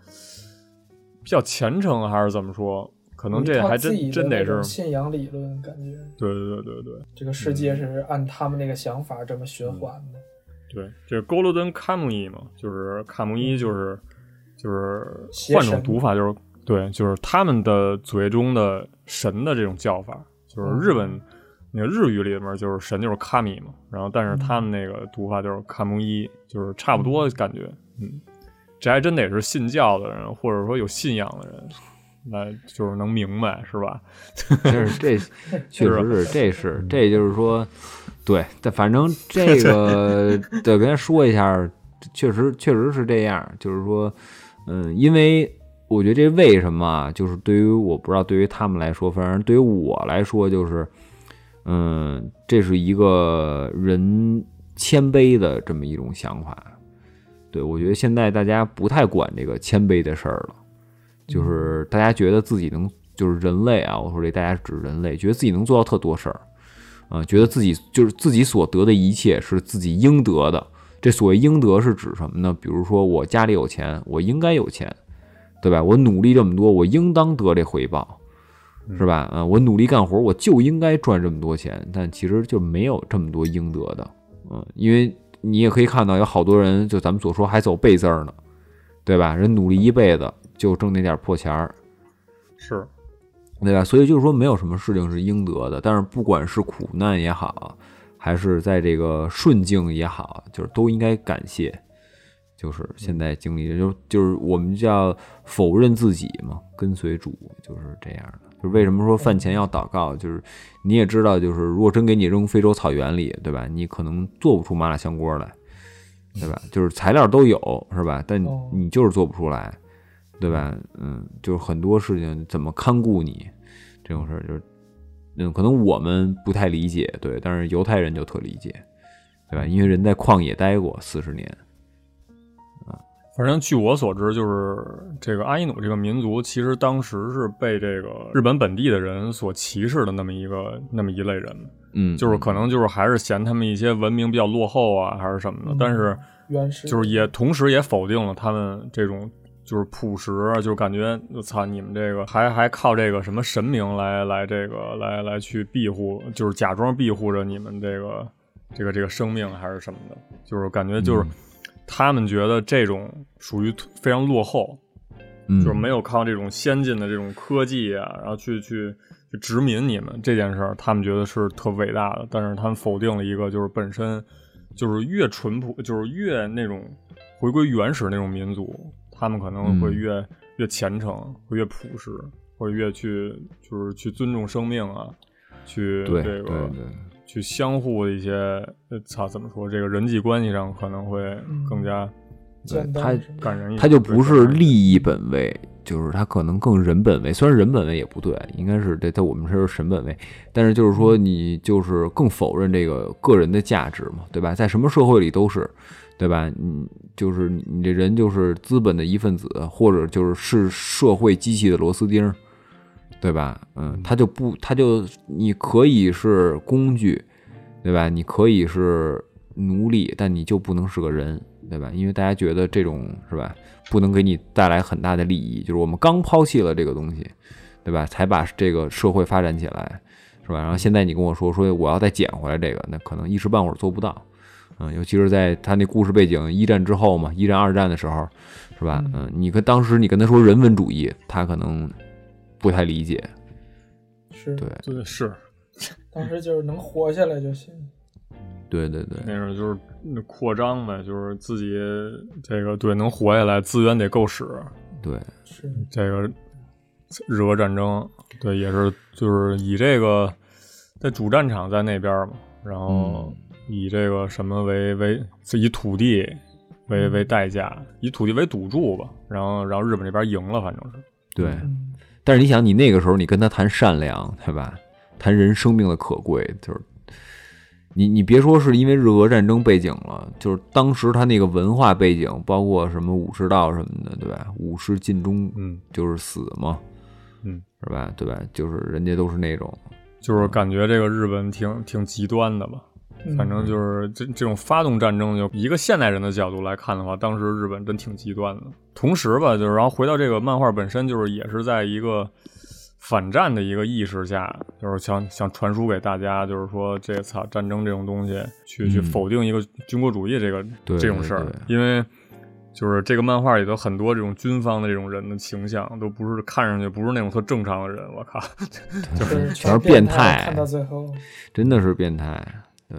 比较虔诚还是怎么说，可能有一这套还嗯自己真真的那得是。种信仰理论，感觉对对对对对这个世嗯界是按他们那个想法这么循环的。对，这是勾罗登卡姆伊嘛，就是卡姆伊就是就是邪换种神读法，就是对，就是他们的嘴中的神的这种叫法，就是日本那个日语里面就是神就是卡米嘛，然后但是他们那个读法就是卡姆伊，就是差不多感觉，嗯，这还真得是信教的人或者说有信仰的人。来，就是能明白是吧？这是这确实是，这是这就是说，对，但反正这个得跟他说一下，确实确实是这样，就是说，嗯，因为我觉得这为什么啊，就是对于我不知道对于他们来说，反正对于我来说就是，嗯，这是一个人谦卑的这么一种想法。对，我觉得现在大家不太管这个谦卑的事儿了，就是大家觉得自己能，就是人类啊，我说这大家指人类，觉得自己能做到特多事儿，啊、觉得自己就是自己所得的一切是自己应得的。这所谓应得是指什么呢？比如说我家里有钱，我应该有钱，对吧？我努力这么多，我应当得这回报，是吧？啊、我努力干活，我就应该赚这么多钱，但其实就没有这么多应得的，嗯、因为你也可以看到有好多人，就咱们所说还走背字儿呢，对吧？人努力一辈子就挣那点破钱儿，是对吧？所以就是说，没有什么事情是应得的。但是不管是苦难也好，还是在这个顺境也好，就是都应该感谢。就是现在经历的，就就是我们叫否认自己嘛，跟随主就是这样的。就是为什么说饭前要祷告？就是你也知道，就是如果真给你扔非洲草原里，对吧？你可能做不出麻辣香锅来，对吧？就是材料都有，是吧？但你哦你就是做不出来，对吧？嗯，就是很多事情怎么看顾你这种事儿，就是嗯，可能我们不太理解，对，但是犹太人就特理解，对吧？因为人在旷野待过四十年，反正据我所知，就是这个阿伊努这个民族，其实当时是被这个日本本地的人所歧视的那么一个那么一类人，嗯，就是可能就是还是嫌他们一些文明比较落后啊，还是什么的。嗯但是原始就是也同时也否定了他们这种就是朴实，啊就是感觉我操你们这个还还靠这个什么神明来来这个来来去庇护，就是假装庇护着你们这个这个这个生命还是什么的，就是感觉就是嗯他们觉得这种属于非常落后，嗯就是没有靠这种先进的这种科技啊，然后去去去殖民你们这件事儿，他们觉得是特伟大的，但是他们否定了一个就是本身就是越淳朴，就是越那种回归原始那种民族，他们可能会嗯越、越虔诚，会越朴实，会越去就是去尊重生命啊，去对这对个对，去相互的一些呃操怎么说这个人际关系上可能会更加简它单是吗感人一点，他就不是利益益本位，就是他可能更人本位。虽然人本位也不对，应该是对在我们这儿是神本位，但是就是说你就是更否认这个个人的价值嘛，对吧？在什么社会里都是，对吧？你就是你这人就是资本的一份子，或者就是是社会机器的螺丝钉儿，对吧？嗯，他就不，他就你可以是工具，对吧？你可以是奴隶，但你就不能是个人，对吧？因为大家觉得这种是吧，不能给你带来很大的利益，就是我们刚抛弃了这个东西，对吧？才把这个社会发展起来，是吧？然后现在你跟我说说我要再捡回来这个，那可能一时半会儿做不到。嗯，尤其是在他那故事背景一战之后嘛，一战、二战的时候，是吧？嗯嗯，你跟当时你跟他说人文主义，他可能不太理解，是对对是当时就是能活下来就行。对对对，那种就是那扩张呗，就是自己这个对能活下来，资源得够使。对，是这个日俄战争，对，也是就是以这个在主战场在那边嘛，然后以这个什么为为是以土地为为代价，以土地为赌注吧，然后然后日本这边赢了，反正是对，嗯，但是你想，你那个时候你跟他谈善良，对吧？谈人生命的可贵，就是你你别说是因为日俄战争背景了，就是当时他那个文化背景，包括什么武士道什么的，对吧？武士尽忠嗯，就是死嘛，嗯，是吧？对吧？就是人家都是那种，就是感觉这个日本挺挺极端的吧，嗯反正就是这这种发动战争，就一个现代人的角度来看的话，当时日本真挺极端的。同时吧，就是然后回到这个漫画本身，就是也是在一个反战的一个意识下，就是想想传输给大家，就是说这操战争这种东西，去去嗯否定一个军国主义这个对这种事儿对，因为。就是这个漫画里头很多这种军方的这种人的形象，都不是看上去不是那种特正常的人，我靠，就是全是变变态看到最后，真的是变态，对。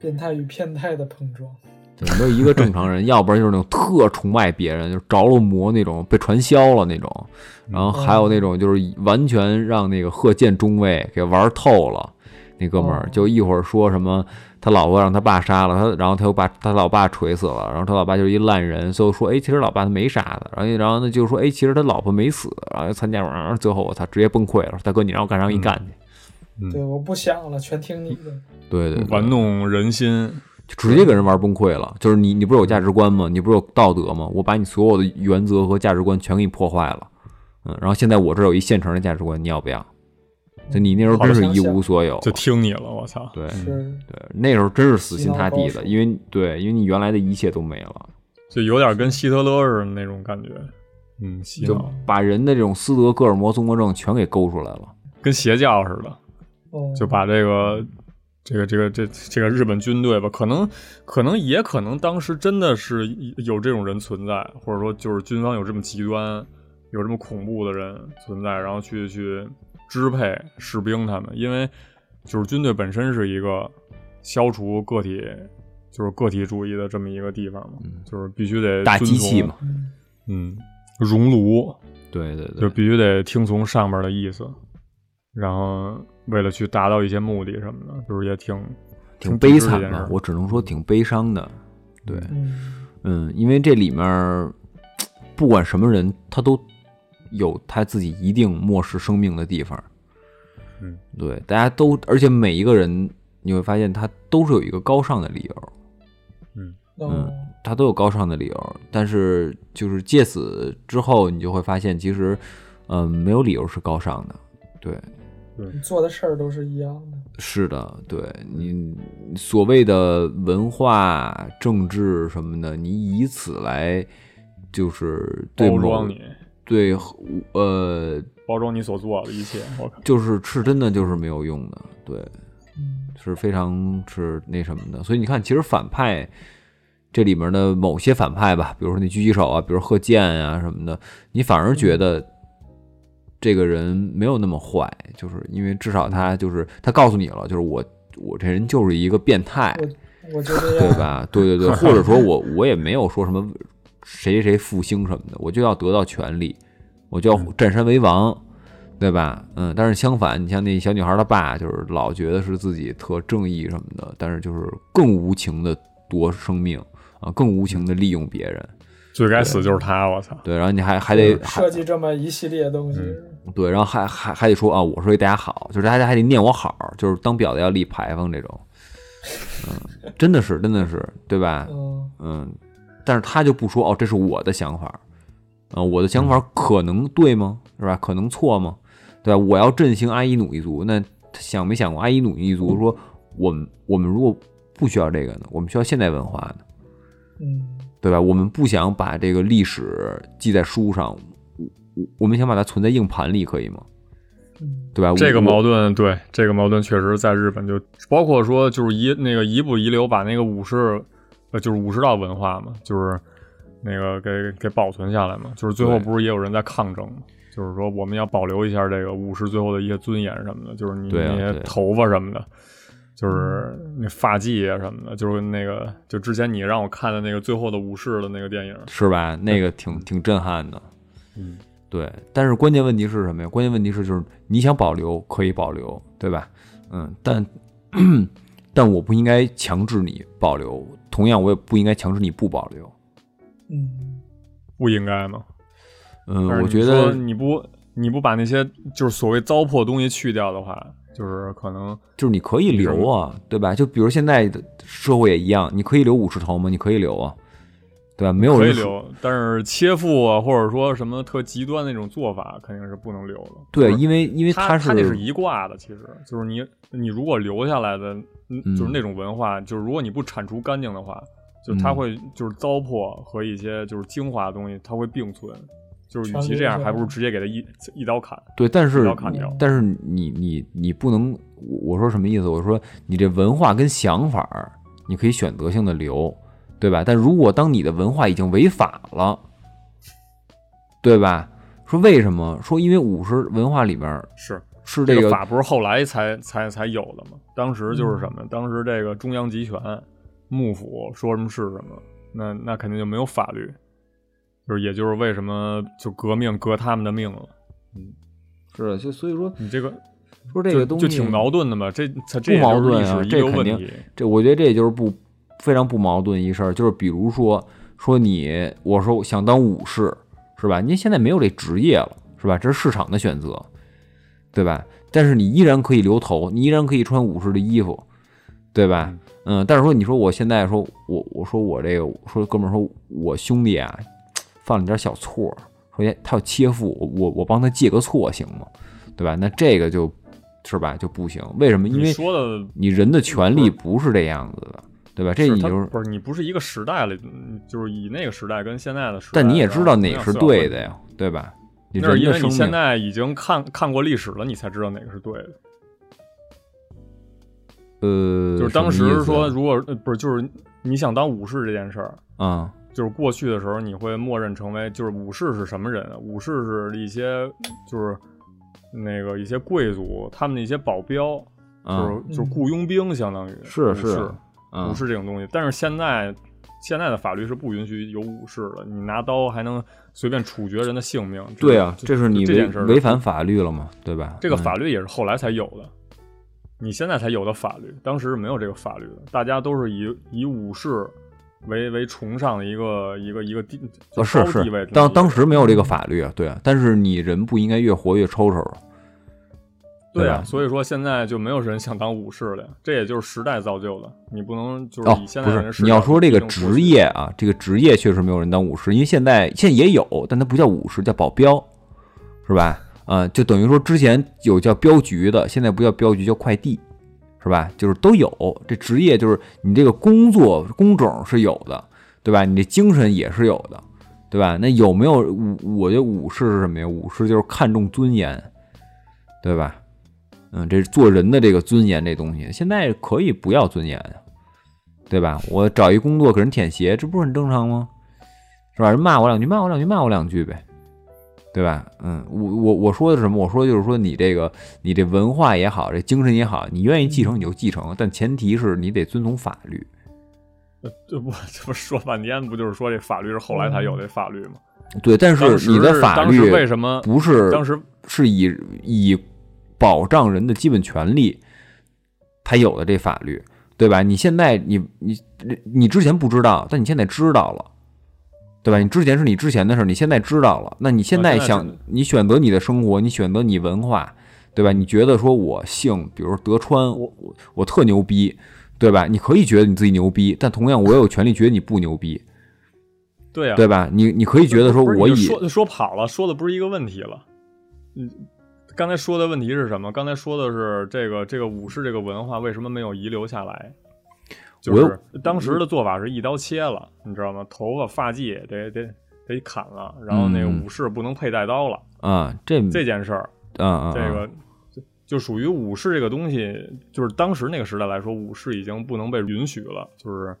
变态与变态的碰撞。对，没有一个正常人，要不然就是那种特崇拜别人，就是着了魔那种，被传销了那种，然后还有那种就是完全让那个贺建中尉给玩透了。那哥们儿哦就一会儿说什么，他老婆让他爸杀了他，然后他又把他老爸锤死了，然后他老爸就是一烂人，所以说，哎，其实老爸他没杀他，然后然后呢就说，哎，其实他老婆没死，然后又参加完，最后我操，直接崩溃了，大哥你让我干啥我给你干去？嗯对，我不想了，全听你的。对对对，玩弄人心，就直接给人玩崩溃了。就是你，你不是有价值观吗？你不是有道德吗？我把你所有的原则和价值观全给你破坏了，嗯，然后现在我这儿有一现成的价值观，你要不要？就你那时候真是一无所有，就听你了，我操，对是，对，那时候真是死心塌地洗脑高的，手因为对，因为你原来的一切都没了，就有点跟希特勒似的那种感觉，嗯，洗就脑把人的这种斯德哥尔摩综合症全给勾出来了。跟邪教似的，哦，就把这个这个这个这这个日本军队吧，可能可能也可能当时真的是有这种人存在，或者说就是军方有这么极端、有这么恐怖的人存在，然后去去支配士兵他们，因为就是军队本身是一个消除个体就是个体主义的这么一个地方嘛，就是必须得大机遵从器嘛，嗯，嗯，熔炉对对就对，必须得听从上面的意思，然后为了去达到一些目的什么的，就是也挺挺悲挺惨这件事的儿，我只能说挺悲伤的。对，嗯嗯，因为这里面儿不管什么人，他都有他自己一定漠视生命的地方。嗯，对，大家都，而且每一个人，你会发现他都是有一个高尚的理由。哦，他都有高尚的理由，但是就是借此之后，你就会发现，其实，嗯、没有理由是高尚的。对，你做的事儿都是一样的，是的，对你所谓的文化、政治什么的，你以此来就是对包某装你，对呃，包装你所做的一切。我靠，就是是真的就是没有用的，对，嗯是非常是那什么的。所以你看，其实反派这里面的某些反派吧，比如说那狙击手啊，比如贺建啊什么的，你反而觉得这个人没有那么坏，就是因为至少他就是他告诉你了，就是我我这人就是一个变态，我我就这样，对？ 吧？对对对，或者说我我也没有说什么谁谁谁复兴什么的，我就要得到权利，我就要嗯占山为王，对吧？嗯，但是相反，你像那小女孩她爸，就是老觉得是自己特正义什么的，但是就是更无情的夺生命啊，更无情的利用别人。最该死就是他！我操，对，然后你还还得还设计这么一系列东西，对，然后还还还得说啊，我是为大家好，就是大家还得念我好，就是当婊子要立牌坊这种。嗯，真的是，真的是，对吧？嗯嗯，但是他就不说哦，这是我的想法，啊、我的想法可能对吗？是吧？可能错吗？对吧？我要振兴阿伊努一族，那他想没想过阿伊努一族说，我们我们如果不需要这个呢，我们需要现代文化呢，嗯对吧？我们不想把这个历史记在书上，我我我们想把它存在硬盘里，可以吗？嗯，对吧？这个我矛盾，对这个矛盾确实在日本就包括说就是遗那个遗不遗留把那个武士，呃，就是武士道文化嘛，就是那个给给保存下来嘛，就是最后对不是也有人在抗争嘛。就是说，我们要保留一下这个武士最后的一些尊严什么的，就是你对啊那些对啊头发什么的，就是那发髻啊什么的，就是那个就之前你让我看的那个最后的武士的那个电影，是吧？那个挺挺震撼的。嗯，对。但是关键问题是什么呀？关键问题是就是你想保留可以保留，对吧？嗯，但 但我不应该强制你保留，同样我也不应该强制你不保留。嗯不应该吗？嗯但，是我你觉说得你不你不把那些就是所谓糟粕东西去掉的话，就是可能就是你可以留啊，对吧？就比如现在的社会也一样，你可以留武士头吗？你可以留啊，对吧？没有可人以说留，但是切腹啊，或者说什么特极端那种做法，肯定是不能留的。对，就是因为因为他是那是一挂的，其实就是你你如果留下来的，嗯嗯就是那种文化，就是如果你不铲除干净的话，就是它嗯会就是糟粕和一些就是精华的东西，它会并存。就是与传其播这样，下还来不如直接给它一一刀砍。对，但是不要看你掉但是你你你不能，我我说什么意思？我说你这文化跟想法儿，你可以选择性的留，对吧？但如果当你的文化已经违法了，对吧？说为什么？说因为五十文化里边儿是，是这这个嗯法不是后来才才才有的吗？当时就是什么？当时这个中央集权，幕府说什么是什么，那那肯定就没有法律，就是也就是为什么就革命革他们的命了。是的，就所以说你这个说这就个东就西挺矛盾的嘛，这它这不也就是矛盾历史啊遗这留肯问定题。这我觉得这也就是不非常不矛盾一事儿，就是比如说说你，我说我想当武士是吧？您现在没有这职业了是吧？这是市场的选择，对吧？但是你依然可以留头，你依然可以穿武士的衣服，对吧？嗯，但是说你说我现在说我我说我这个说哥们儿说我兄弟啊犯了点小错，说哎他要切腹，我我我帮他借个错行吗？对吧？那这个就是吧就不行，为什么？因你为说的你人的权利不是这样子的，对吧？这是你它就是，不是你不是一个时代了，嗯就是以那个时代跟现在的时代，但你也知道然后哪同样是思想对问的题。呀，对吧？你那是人因的为生你现命，在已经看看过历史了，你才知道哪个是对的。呃，就是当什么意时思说，如果呃不是就是你想当武士这件事儿，啊，就是过去的时候，你会默认成为就是武士是什么人啊？武士是一些就是那个一些贵族他们的一些保镖，啊就是就是雇佣兵，相当于是武是士啊武士这种东西。但是现在现在的法律是不允许有武士的，你拿刀还能随便处决人的性命。这对啊，这这是你这违件事儿违反法律了嘛，对吧？这个嗯法律也是后来才有的，你现在才有的法律，当时是没有这个法律的，大家都是以以武士为为崇尚的一个一个一个地就呃，是高地位嗯这，么是一当个当时没有这个法律，啊对，但是你人不应该越活越抽啊抽，对对吧啊，所以说现在就没有人想当武士了，呀，这也就是时代造就的，你不能就是哦以现，在不人的视是，角你要说这个一定过职去业啊，这个职业确实没有人当武士，因为现在现在也有，但它不叫武士，叫保镖，是吧？啊、就等于说之前有叫镖局的，现在不叫镖局，叫快递，是吧？就是都有这职业，就是你这个工作工种是有的，对吧？你这精神也是有的，对吧？那有没有武？我觉得武士是什么呀？武士就是看重尊严，对吧？嗯，这是做人的这个尊严这东西，现在可以不要尊严啊对吧？我找一工作给人舔鞋，这不是很正常吗？是吧？人骂我两句，骂我两句，骂我两句呗，对吧？嗯，我我我说的是什么？我说就是说你这个你这文化也好，这精神也好，你愿意继承你就继承，但前提是你得遵从法律。这不这不说半天不就是说这法律是后来才有这法律吗？对，但当嗯是时你的法当时为律什么不是当时是以以保障人的基本权利才有的这法律，对吧？你现在你你你之前不知道，但你现在知道了，对吧？你之前是你之前的事儿，你现在知道了，那你现啊在现在想知道你选择你的生活，你选择你文化，对吧？你觉得说我姓，比如说德川，我我我特牛逼。对吧？你可以觉得你自己牛逼，但同样我也有权利觉得你不牛逼，对啊呀、对吧？你你可以觉得说不是我你就以说说跑了，说的不是一个问题了。嗯，刚才说的问题是什么？刚才说的是这个这个武士这个文化为什么没有遗留下来？就我是当时的做法是一刀切了，你知道吗？头发发髻得得得砍了，然后那个嗯武士不能佩戴刀了。啊这这件事儿，啊啊这个就就属于武士这个东西，就是当时那个时代来说，武士已经不能被允许了，就是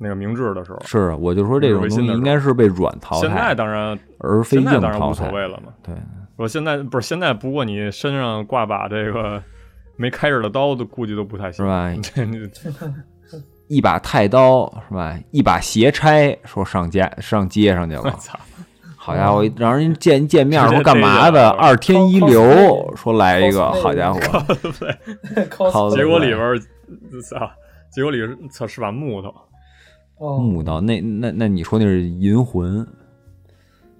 那个明治的时候。是，啊我就说这种违东心西的应时候该是被软淘现在汰，当然而非现硬在当然淘无所汰。谓了嘛。对，我现在不是现在，不过你身上挂把这个没开刃的刀，都估计都不太是行。吧？这 你，一把太刀是吧？一把斜钗说上街上街上去了操，好家伙，让人见见面直接说干逮嘛着的？了二天一 cosplay 流，说来一个， cosplay 好家伙， cos 好结果里边儿，操，结果里边儿操是把木头。哦，木刀那那那你说那是银魂？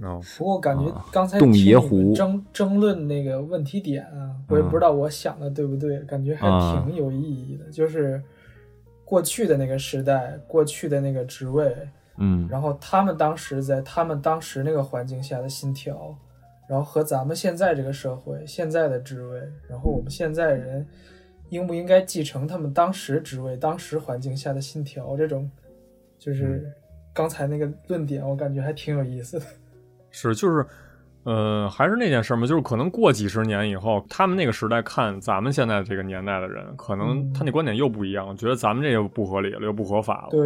哦，不过感觉刚才洞听爷你们啊湖嗯争争论那个问题点啊，我也不知道我想的对不对，感觉还啊挺有意义的。就是过去的那个时代，过去的那个职位，嗯，然后他们当时在他们当时那个环境下的心跳，然后和咱们现在这个社会、现在的职位，然后我们现在人应不应该继承他们当时职位、当时环境下的心跳，这种就是嗯刚才那个论点，我感觉还挺有意思的。是就是，呃，还是那件事嘛，就是可能过几十年以后，他们那个时代看咱们现在这个年代的人，可能嗯他那观点又不一样，觉得咱们这个不合理了，又不合法了。对，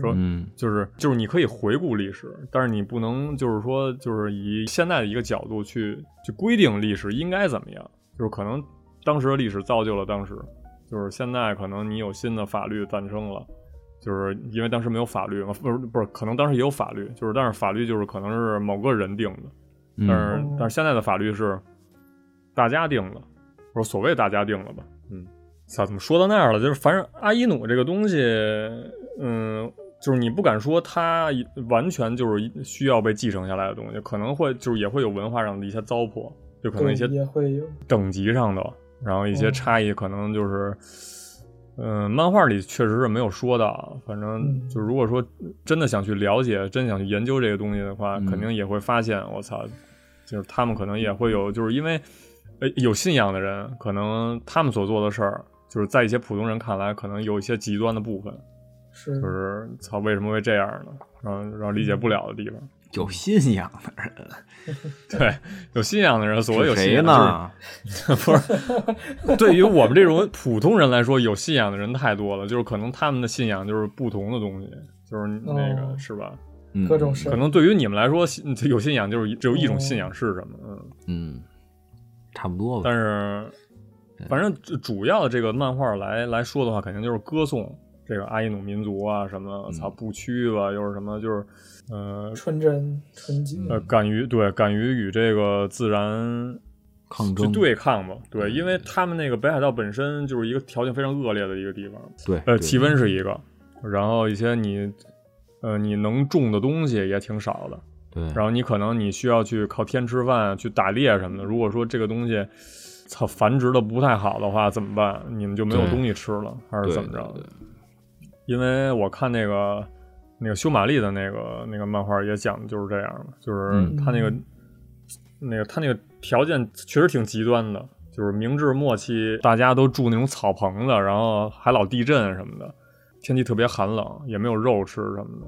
说嗯就是就是你可以回顾历史，但是你不能就是说就是以现在的一个角度去去规定历史应该怎么样，就是可能当时的历史造就了当时，就是现在可能你有新的法律诞生了，就是因为当时没有法律嘛，不是不是，可能当时也有法律，就是但是法律就是可能是某个人定的，但嗯，是、嗯但是现在的法律是大家定的，或者所谓大家定了吧，嗯，操，怎么说到那儿了？就是反正阿依努这个东西，嗯，就是你不敢说它一完全就是一需要被继承下来的东西，可能会就是也会有文化上的一些糟粕，就可能对一些也会有，等级上的，然后一些嗯差异可能就是，嗯、漫画里确实是没有说到，反正嗯就如果说真的想去了解、真想去研究这个东西的话，嗯肯定也会发现，我操，就是他们可能也会有，就是因为呃有信仰的人，可能他们所做的事儿，就是在一些普通人看来，可能有一些极端的部分，是就是操，为什么会这样呢？然后然后理解不了的地方，有信仰的人对，有信仰的人，所谓有是信谁仰呢？不是，对于我们这种普通人来说，有信仰的人太多了，就是可能他们的信仰就是不同的东西，就是那个、哦是吧？嗯各种神可能对于你们来说，信有信仰就是只有一种信仰是什么？嗯，嗯，差不多吧但。是反正主主要的这个漫画来来说的话，肯定就是歌颂这个阿伊努民族啊，什么操部区吧，啊又是什么就是呃纯真纯洁，呃，敢于对敢于与这个自然抗去争对抗吧，对，因为他们那个北海道本身就是一个条件非常恶劣的一个地方，对，呃，对嗯气温是一个，然后一些你，呃，你能种的东西也挺少的，对，然后你可能你需要去靠天吃饭，去打猎什么的。如果说这个东西，操，繁殖的不太好的话，怎么办？你们就没有对东西吃了，还是对怎么着对的？因为我看那个那个修玛丽的那个那个漫画也讲的就是这样嘛，就是嗯他那个、那个他那个条件确实挺极端的，就是明治末期大家都住那种草棚子，然后还老地震什么的，天气特别寒冷，也没有肉吃什么的。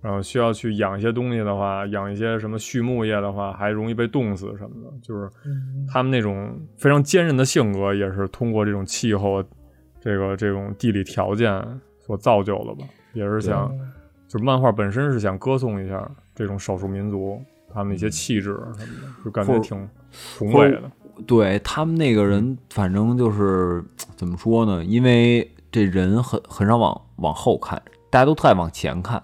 然后需要去养一些东西的话，养一些什么畜牧业的话，还容易被冻死什么的。就是 嗯他们那种非常坚韧的性格，也是通过这种气候、这个这种地理条件所造就的吧。也是想，就是漫画本身是想歌颂一下这种少数民族他们一些气质什么的，就感觉或者挺宏伟的。对他们那个人，反正就是怎么说呢？因为这人很很少往往后看，大家都太往前看，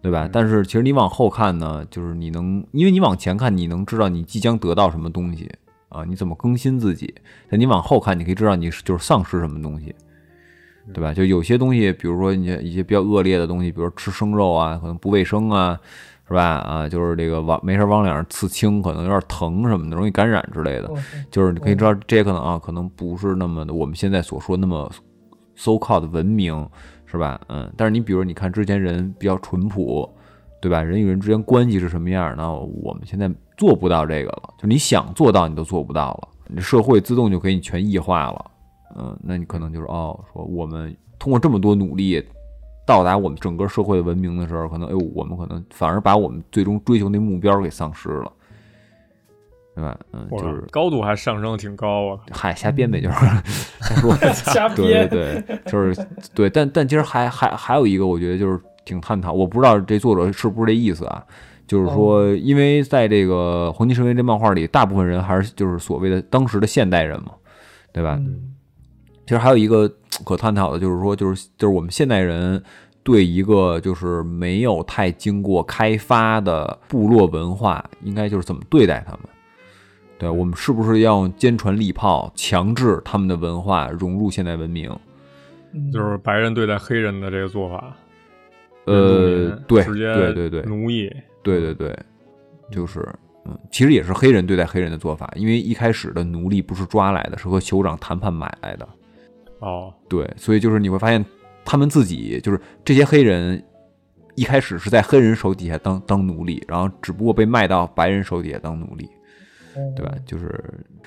对吧？但是其实你往后看呢，就是你能，因为你往前看，你能知道你即将得到什么东西啊，你怎么更新自己。但你往后看，你可以知道你是就是丧失什么东西，对吧？就有些东西，比如说你一些比较恶劣的东西，比如说吃生肉啊，可能不卫生啊，是吧？啊，就是这个往没事儿往脸上刺青，可能有点疼什么的，容易感染之类的。我就是你可以知道这些可能啊，可能不是那么的我们现在所说那么 so called 文明，是吧？嗯，但是你比如你看之前人比较淳朴，对吧？人与人之间关系是什么样儿？那我们现在做不到这个了，就你想做到你都做不到了，你社会自动就给你全异化了。嗯，那你可能就是哦，说我们通过这么多努力。到达我们整个社会的文明的时候，可能哎呦，我们可能反而把我们最终追求那目标给丧失了，对吧？嗯，我就靠是高度还上升挺高啊！嗨，瞎编呗，就是瞎说。瞎对编，对对，就是对，但但其实还还还有一个，我觉得就是挺探讨，我不知道这作者是不是这意思啊，就是说，因为在这个《黄金神威》这漫画里，大部分人还是就是所谓的当时的现代人嘛，对吧？嗯其实还有一个可探讨的，就是说，就是就是我们现代人对一个就是没有太经过开发的部落文化，应该就是怎么对待他们？对我们是不是要坚船利炮，强制他们的文化融入现代文明？嗯就是白人对待黑人的这个做法，呃，对，直接对对对奴役，对对对，就是。嗯，其实也是黑人对待黑人的做法，因为一开始的奴隶不是抓来的，是和酋长谈判买来的。哦，对，所以就是你会发现他们自己就是这些黑人，一开始是在黑人手底下当当奴隶，然后只不过被卖到白人手底下当奴隶，嗯对吧？就是，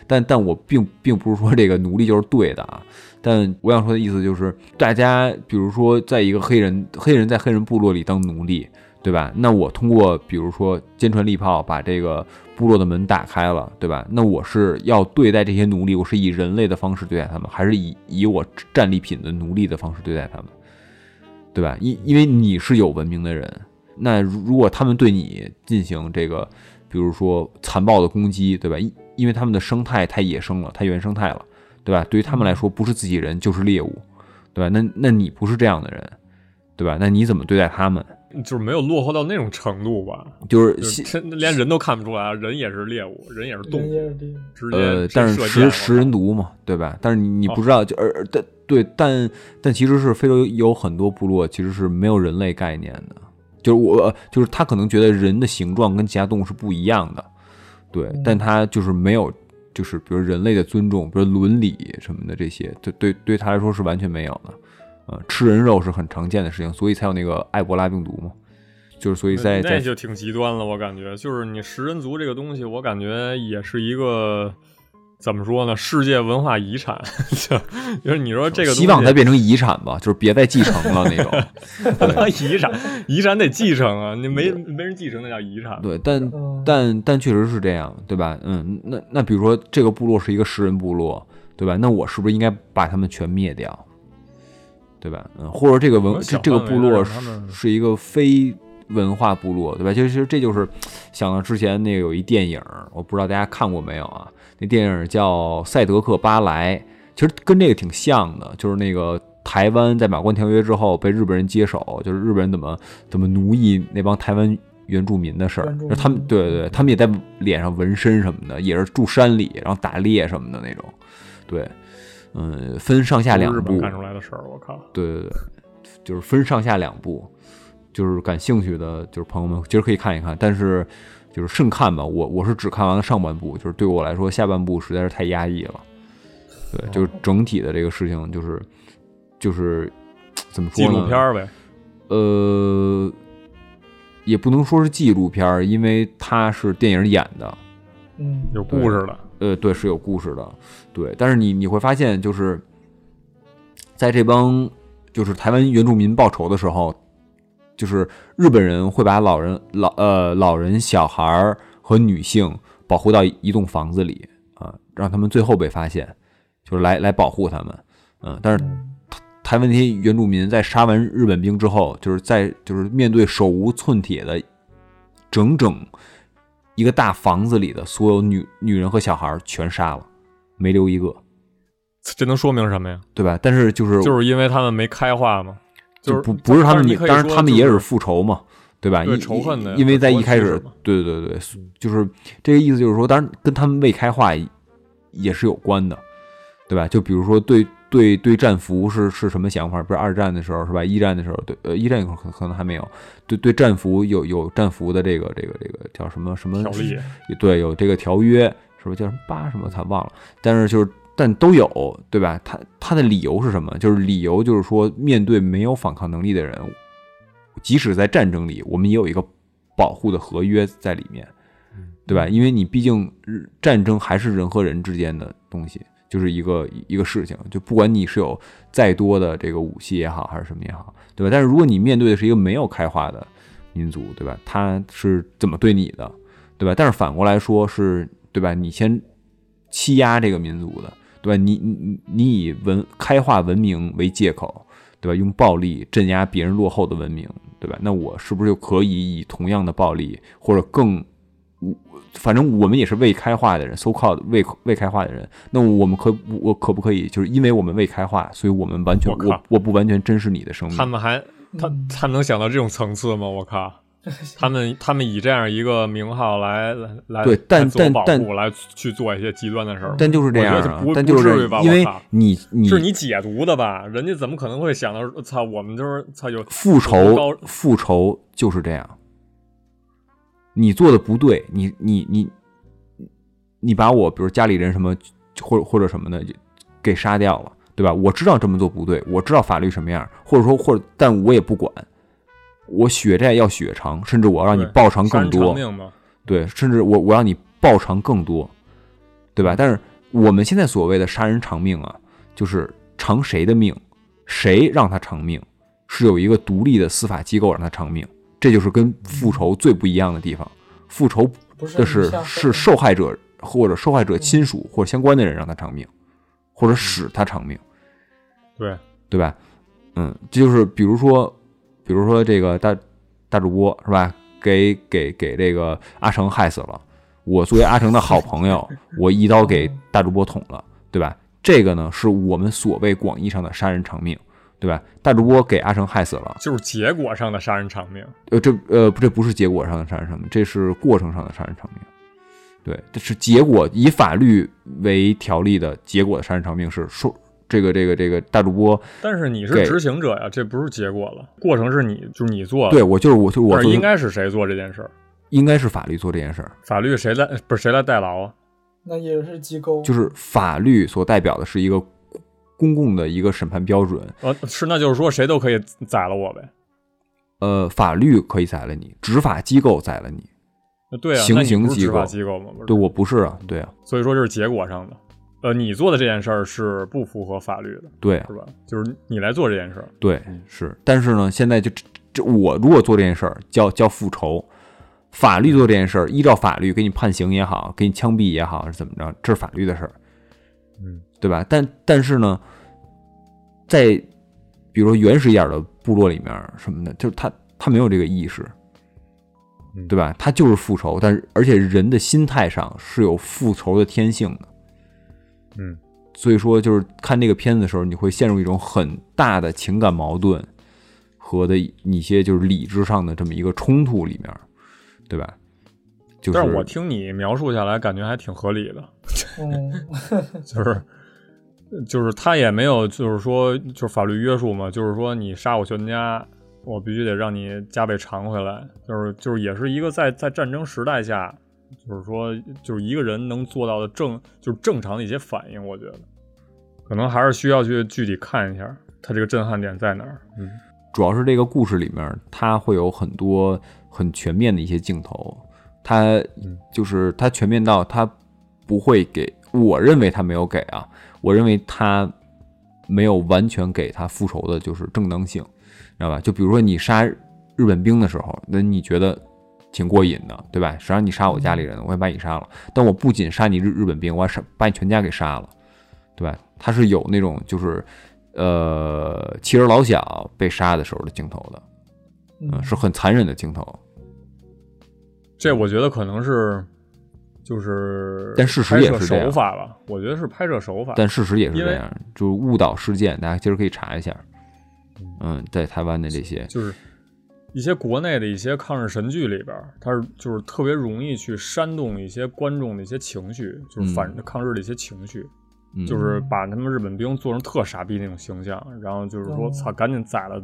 但但我并并不是说这个奴隶就是对的啊，但我想说的意思就是，大家比如说在一个黑人黑人在黑人部落里当奴隶。对吧？那我通过比如说坚船利炮把这个部落的门打开了，对吧？那我是要对待这些奴隶，我是以人类的方式对待他们，还是以以我战利品的奴隶的方式对待他们？对吧？因因为你是有文明的人，那如如果他们对你进行这个，比如说残暴的攻击，对吧？因因为他们的生态太野生了，太原生态了，对吧？对于他们来说，不是自己人就是猎物，对吧？那那你不是这样的人，对吧？那你怎么对待他们？就是没有落后到那种程度吧？就是就是现真连人都看不出来，啊人也是猎物，人也是动人物，也是这样直接直呃，接但是射食箭食人毒嘛，对吧？但是你你啊哦不知道，就而而但对，但但其实是非洲有很多部落其实是没有人类概念的，就是我呃就是他可能觉得人的形状跟其他动物是不一样的，对嗯，但他就是没有就是比如人类的尊重，比如伦理什么的这些，对对对他来说是完全没有的。呃，吃人肉是很常见的事情，所以才有那个埃博拉病毒嘛，就是所以在呃那在就挺极端了，我感觉就是你食人族这个东西，我感觉也是一个怎么说呢？世界文化遗产， 就就是你说这个东西希望它变成遗产吧，就是别再继承了那 种。遗产，遗产得继承啊，你没没人继承，那叫遗产。对，但哦嗯但但确实是这样，对吧？嗯，那那比如说这个部落是一个食人部落，对吧？那我是不是应该把他们全灭掉？对吧？嗯，或者这个我文们这小这个范围部的落让他是们是一个非文化部落，对吧？其实这就是想到之前那个有一电影，我不知道大家看过没有啊？那电影叫《赛德克巴莱》，其实跟这个挺像的，就是那个台湾在马关条约之后被日本人接手，就是日本人怎么怎么奴役那帮台湾原住民的事儿原住，民就是他们对对对，他们也在脸上纹身什么的，也是住山里，然后打猎什么的那种，对，嗯，分上下两日部本，干出来的事儿，我靠！对对对，就是分上下两部，就是感兴趣的就是朋友们其实可以看一看，但是就是慎看吧。我我是只看完了上半部，就是对我来说下半部实在是太压抑了。对，哦就是整体的这个事情就是就是怎么说纪呢？录片儿呗，呃，也不能说是纪录片儿，因为它是电影演的，嗯，有故事的。呃，对，是有故事的，对。但是你你会发现，就是在这帮就是台湾原住民报仇的时候，就是日本人会把老人、老呃老人、小孩儿和女性保护到一栋房子里啊，让他们最后被发现，就是来来保护他们。嗯，但是台台湾那些原住民在杀完日本兵之后，就是在就是面对手无寸铁的整整一个大房子里的所有女女人和小孩儿全杀了，没留一个，这能说明什么呀？对吧？但是就是就是因为他们没开化嘛，就是不不是他们，你可以当然说他们就也是复仇嘛，对吧？对一仇恨的呀因为在或一者开说始是嘛，对对对，就是这个意思，就是说，当然跟他们未开化也是有关的，对吧？就比如说对对对战俘是是什么想法？不是二战的时候是吧？一战的时候，对呃，一战可可能还没有，对对战俘有有战俘的这个这个这个叫什么什么条例，对，有这个条约，是不是叫什么八什么？他忘了。但是就是，但都有，对吧？他他的理由是什么？就是理由就是说，面对没有反抗能力的人，即使在战争里，我们也有一个保护的合约在里面，对吧？因为你毕竟日战争还是人和人之间的东西，就是一个一个事情，就不管你是有再多的这个武器也好，还是什么也好，对吧？但是如果你面对的是一个没有开化的民族，对吧？他是怎么对你的，对吧？但是反过来说是，对吧？你先欺压这个民族的，对吧？你你你你以文开化文明为借口，对吧？用暴力镇压别人落后的文明，对吧？那我是不是就可以以同样的暴力或者更？我反正我们也是未开化的人，so called 未未开化的人，那我们可我可不可以就是因为我们未开化，所以我们完全我靠我我不完全珍视你的生命？他们还他嗯他们能想到这种层次吗？我靠！ 他们他们以这样一个名号来来来嗯对但来自我保但护来去做一些极端的事儿吗，但就是这嗯样我觉得啊不，但不就是至这于吧样因为我靠你你是你解读的吧？人家怎么可能会想到操，我们就是操有复有多仇高，复仇就是这样。你做的不对，你你你你把我，比如家里人什么，或者或者什么的，给杀掉了，对吧？我知道这么做不对，我知道法律什么样，或者说或者，但我也不管，我血债要血偿，甚至我要让你对报偿杀更人多。偿命嘛？对，甚至我我让你报偿更多，对吧？但是我们现在所谓的杀人偿命啊，就是偿谁的命，谁让他偿命，是有一个独立的司法机构让他偿命，这就是跟复仇最不一样的地方。复仇不是的你是像是受害者或者受害者亲属或者相关的人让他偿命，或者使他偿命。对，对吧？嗯，这就是比如说，比如说这个大大主播是吧？给给给这个阿成害死了。我作为阿成的好朋友，我一刀给大主播捅了，对吧？这个呢，是我们所谓广义上的杀人偿命，对吧？大主播给阿成害死了，就是结果上的杀人偿命。呃，这呃不，这不是结果上的杀人偿命，这是过程上的杀人偿命。对，这是结果以法律为条例的结果的杀人偿命是说这个这个这个大主播但是你给是执行者呀，这不是结果了，过程是你就是你做的，对，我就是我就是我但是做的应该是谁做这件事儿？应该是法律做这件事儿，法律谁来不是谁来代劳啊？那也是机构，就是法律所代表的是一个公共的一个审判标准。呃，是那就是说谁都可以宰了我呗？呃，法律可以宰了你，执法机构宰了你。那对啊，行那你不刑是机执法构机构吗？不是对我不是啊，对啊，所以说这是结果上的，呃，你做的这件事儿是不符合法律的，对啊是吧？就是你来做这件事儿，对是，但是呢，现在就这这我如果做这件事儿叫叫复仇，法律做这件事儿依照法律给你判刑也好，给你枪毙也好是怎么着，这是法律的事儿，嗯，对吧？但但是呢，在比如说原始一点的部落里面什么的，就是他他没有这个意识，嗯对吧？他就是复仇，但是而且人的心态上是有复仇的天性的，嗯，所以说就是看这个片子的时候，你会陷入一种很大的情感矛盾和的一些就是理智上的这么一个冲突里面，对吧？就是但是我听你描述下来，感觉还挺合理的， 嗯，就是就是他也没有，就是说就是法律约束嘛，就是说你杀我全家，我必须得让你加倍偿回来，就是就是也是一个在在战争时代下，就是说就是一个人能做到的正就是正常的一些反应，我觉得可能还是需要去具体看一下他这个震撼点在哪儿，嗯主要是这个故事里面，它会有很多很全面的一些镜头，它就是它全面到它不会给，我认为它没有给啊，我认为它没有完全给他复仇的就是正当性，知道吧？就比如说你杀日本兵的时候，那你觉得挺过瘾的，对吧？谁让你杀我家里人，我也把你杀了，但我不仅杀你日日本兵，我还杀把你全家给杀了，对吧？他是有那种就是。呃，妻儿老小被杀的时候的镜头的，嗯，是很残忍的镜头，这我觉得可能是就是但事实拍也摄是这样手法吧，我觉得是拍摄手法，但事实也是因为这样，就是误导事件，大家今儿可以查一下。嗯，在台湾的这些，就是一些国内的一些抗日神剧里边儿，它是就是特别容易去煽动一些观众的一些情绪，就是反嗯抗日的一些情绪，嗯就是把他们日本兵做成特傻逼那种形象，然后就是说哦操，赶紧宰了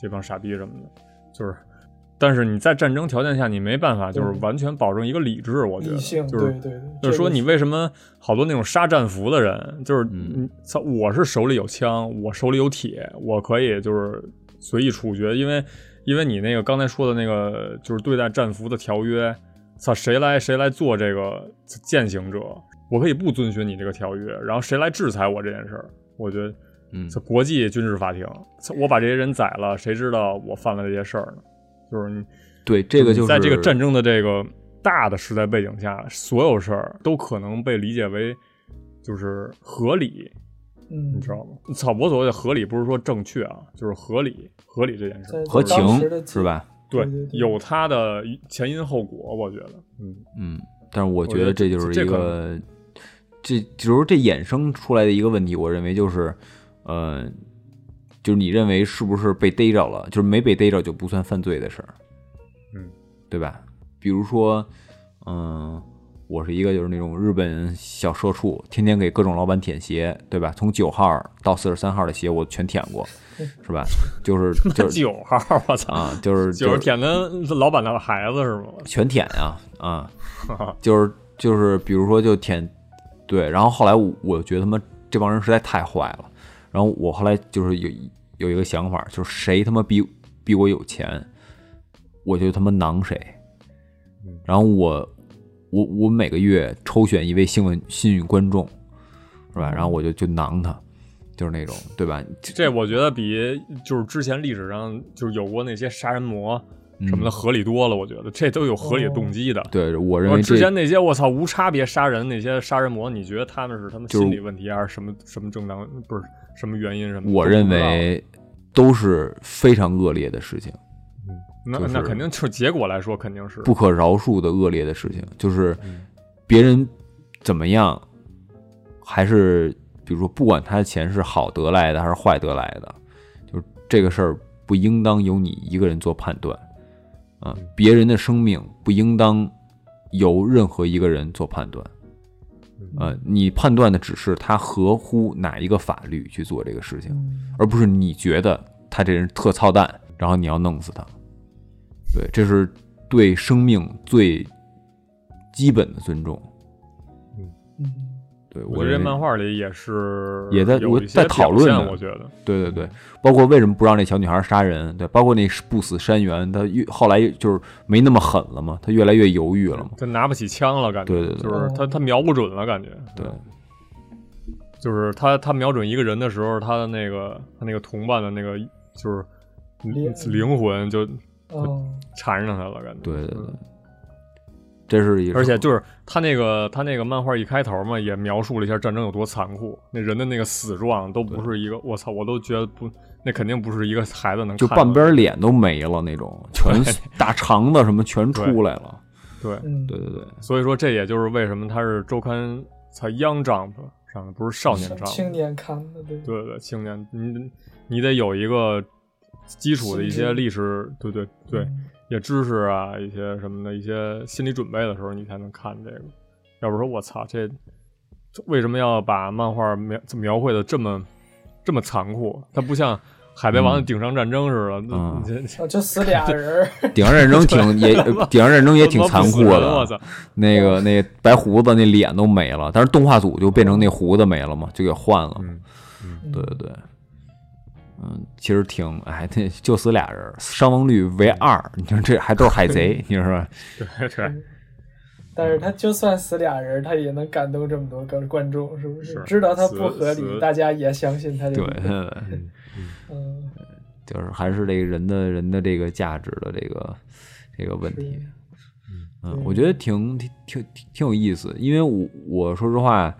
这帮傻逼什么的，就是。但是你在战争条件下，你没办法，就是嗯完全保证一个理智。我觉得理性，就对是对对，就是说，这个你为什么好多那种杀战俘的人，就是嗯你操，我是手里有枪，我手里有铁，我可以就是随意处决，因为因为你那个刚才说的那个就是对待战俘的条约，操，谁来谁来做这个践行者，我可以不遵循你这个条约，然后谁来制裁我这件事儿，我觉得。嗯这国际军事法庭，操我把这些人宰了，谁知道我犯了这些事儿呢？就是你对这个就是嗯在这个战争的这个大的时代背景下，所有事儿都可能被理解为就是合理，嗯，你知道吗？操，我所谓的合理不是说正确啊，就是合理，合理这件事在儿，合当时情的是吧？对对对，对有它的前因后果，我觉得，嗯，嗯，但是我我觉觉得得这这就是这一可个，这就是这衍生出来的一个问题，我认为就是，呃，就是你认为是不是被逮着了，就是没被逮着就不算犯罪的事儿，嗯，对吧？比如说，嗯、我是一个就是那种日本小社畜，天天给各种老板舔鞋，对吧？从九号到四十三号的鞋我全舔 过，是吧？就是就是九号，我操，啊，就是九就号是舔的老板的孩子是吗？全舔啊 啊，就是就是，比如说就舔，对。然后后来我我觉得他妈这帮人实在太坏了，然后我后来就是有一有一个想法，就是谁他妈比比我有钱，我就他妈囊谁。嗯然后我我我每个月抽选一位幸运幸运观众，是吧？然后我就就囊他，就是那种对吧？这我觉得比就是之前历史上就是有过那些杀人魔什嗯么的合理多了，我觉得这都有合哦理的动机的。对我认我为这哦之前那些我操无差别杀人那些杀人魔，你觉得他们是他们就是心理问题还是什么什么正当不是什么原因什么？我认，为都是非常恶劣的事情。那、就是那肯定就是结果来说肯定是不可饶恕的恶劣的事情，就是别人怎么样，还是比如说，不管他的钱是好得来的还是坏得来的，就是这个事儿不应当由你一个人做判断啊，别人的生命不应当由任何一个人做判断。呃，你判断的只是他合乎哪一个法律去做这个事嗯情，而不是你觉得他这人特操蛋，然后你要弄死他。对，这是对生命最基本的尊重。嗯对我觉认得为漫画里也是也在有一些我在讨论表呢现我觉得对对对，包括为什么不让那小女孩杀人？对，包括那不死山原，她越后来就是没那么狠了嘛，她越来越犹豫了嘛。他拿不起枪了，感觉对对对就是他他瞄不准了，感觉对，就是他他瞄准一个人的时候，他的那个他那个同伴的那个就是灵灵魂就哦，缠上他了，感觉。嗯对对对，这是一，而且就是他那个他那个漫画一开头嘛，也描述了一下战争有多残酷，那人的那个死状都不是一个，我操，我都觉得不，那肯定不是一个孩子能就看到半的边脸都没了那种，全大肠子什么全出来了。对，嗯，对对对，所以说这也就是为什么他是周刊才 Young Jump 上的，不是少年青 Jump，青年看的，对，对对，青年，你你得有一个基础的一心些智历史，对对对，嗯一些知识啊，一些什么的一些心理准备的时候，你才能看这个。要不说我操，这这为什么要把漫画描描绘的这么这么残酷？它不像《海贼王》的嗯顶上战争似的，嗯那、 哦，就死俩人儿，顶上战争挺也，顶上战争也挺残酷我的。操！那个那白胡子那脸都没了，但是动画组就变成那胡子没了嘛，就给换了。嗯，对对对，嗯，其实挺哎，那就死俩人，伤亡率嗯为二。你说这还都是 海贼，你说对对，但嗯是他就算死俩人儿，他也能感动这么多个观众，是不是知道他不死合理，死大家也相信他这对个，嗯对对，嗯，就是还是这个人的人的这个价值的这个这个问题。嗯，我觉得挺挺挺挺有意思，因为我我说实话，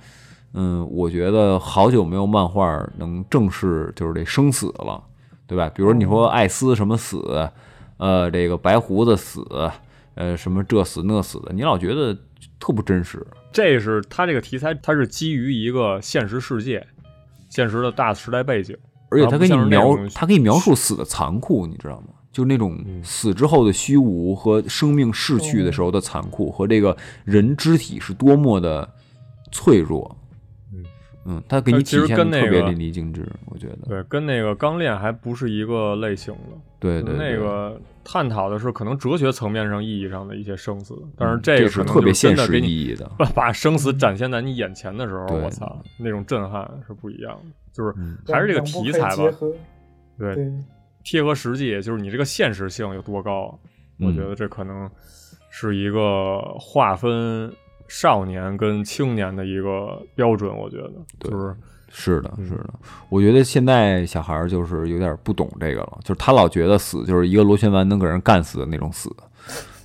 嗯，我觉得好久没有漫画能正视就是这生死了，对吧？比如你说艾斯什么死，呃，这个白胡子死，呃，什么这死那死的，你老觉得特不真实。这是它这个题材，它是基于一个现实世界、现实的大时代背景，而且他给你然后不像是那描种，嗯他给你描述死的残酷，你知道吗？就那种死之后的虚无和生命逝去的时候的残酷，和这个人肢体是多么的脆弱。嗯嗯，他给你但其体实现的跟那特别个淋漓尽致，我觉得。对，跟那个《钢炼》还不是一个类型的。对对，对那个探讨的是可能哲学层面上意义上的一些生死，但是嗯这这个是可能特别就是真现的实给你意义的。 把把生死展现在你眼前的时候，对我操，那种震撼是不一样的。就是嗯还是这个两部题可材以吧结，合对，对，贴合实际，就是你这个现实性有多高，嗯我觉得这可能是一个划分少年跟青年的一个标准，我觉得对就是是的，是的，我觉得现在小孩儿就是有点不懂这个了，就是他老觉得死就是一个螺旋丸能给人干死的那种死，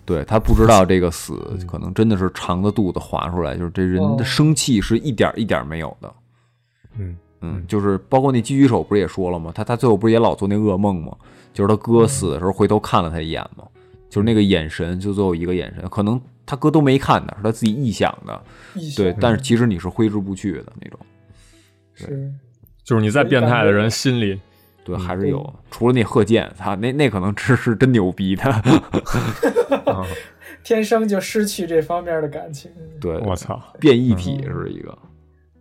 对他不知道这个死可能真的是肠子肚子划出来，就是这人哦的生气是一点儿一点儿没有的。嗯嗯，就是包括那狙击手不是也说了吗？他他最后不是也老做那噩梦吗？就是他哥死的时候回头看了他一眼吗？就是那个眼神，就最后一个眼神，可能他哥都没看的，是他自己臆想的。异对，想但是其实你是挥之不去的那种。是就是你在所以变感态觉的人心里，对，嗯还是对有。除了那贺剑，他那那可能是是真牛逼的。啊天生就失去这方面的感情， 对，嗯我操，变异体是一个。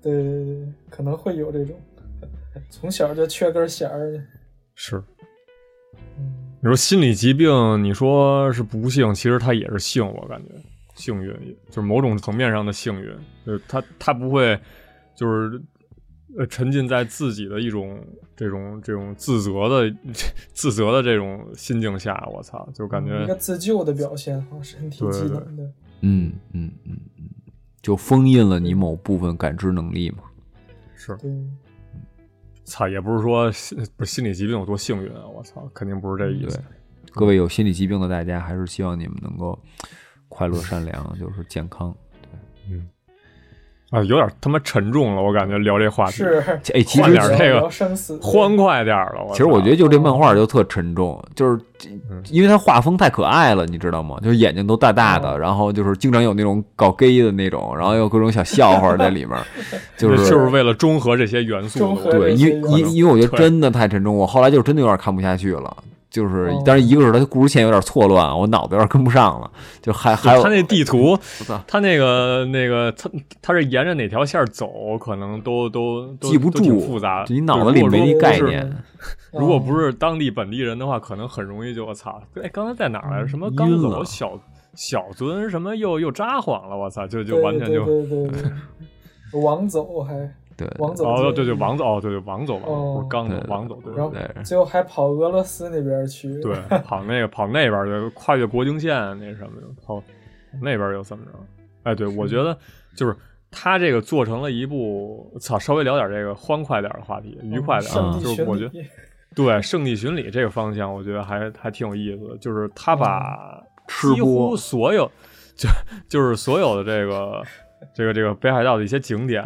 对对对对，可能会有这种，从小就缺根弦儿，是。嗯，你说心理疾病，你说是不幸，其实它也是幸，我感觉幸运，就是某种层面上的幸运，就是他他不会就是呃沉浸在自己的一种这种这种自责的自责的这种心境下，我操，就感觉嗯一个自救的表现哈，身体对机对能的，嗯嗯嗯嗯，就封印了你某部分感知能力嘛。是对，操，也不是说心不是心理疾病有多幸运啊，我操，肯定不是这意思。各位有心理疾病的大家，还是希望你们能够快乐、善良，就是健康。啊，有点他妈沉重了，我感觉聊这话题，是哎，其换实点儿这个聊生死，欢快点儿了。我其实我操觉得就这漫画就特沉重，就是这因为它画风太可爱了，你知道吗？就是眼睛都大大的，然后就是经常有那种搞 gay 的那种，然后有各种小笑话在里面， 就就是是为了中和这些元素的，中和我觉得对，这因些为因因为我觉得真的太沉重，我后来就真的有点看不下去了。就是哦，当然一个是它故事线有点错乱，我脑子有点跟不上了，就还还有哎他那地图操，他那个那个，他他是沿着哪条线走，可能都都都记不都挺住，复杂。就你脑子里对没如果概说不是念。如果是不是当地本地人的话，可能很容易就我操，哎，刚才在哪儿来着？什么晕刚了走小小樽，什么又又札幌了，我操，就就对完全就对对对 对，王走还对，王走哦，街对对，王总，哦，对对，王总，王总哦不是刚对走对，王总，对然后对对最后还跑俄罗斯那边去， 啊对，对跑那个跑那边儿就跨啊越国境线那什么的，跑那边儿又怎么着？哎，对，我觉得就是他这个做成了一部，操，稍微聊点这个欢快点的话题，愉哦快点上啊，帝就是选我觉得你对圣地巡礼这个方向，我觉得还还挺有意思的，就是他把哦吃播几乎所有，就就是所有的这个这个这个北海道的一些景点，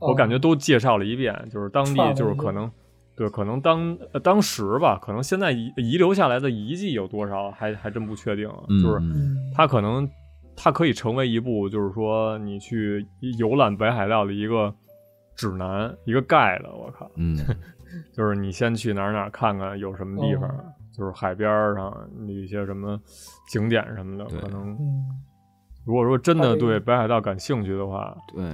我哦感觉都介绍了一遍，就是当串了地一就是可遍能。对，可能当、呃、当时吧，可能现在遗遗留下来的遗迹有多少，还还真不确定啊。就是嗯嗯它可能它可以成为一部，就是说你去游览北海道的一个指南，一个 guide。我靠，嗯就是你先去哪儿哪儿看看有什么地方，哦就是海边儿上一些什么景点什么的。对可能嗯，如果说真的它这个对北海道感兴趣的话，对，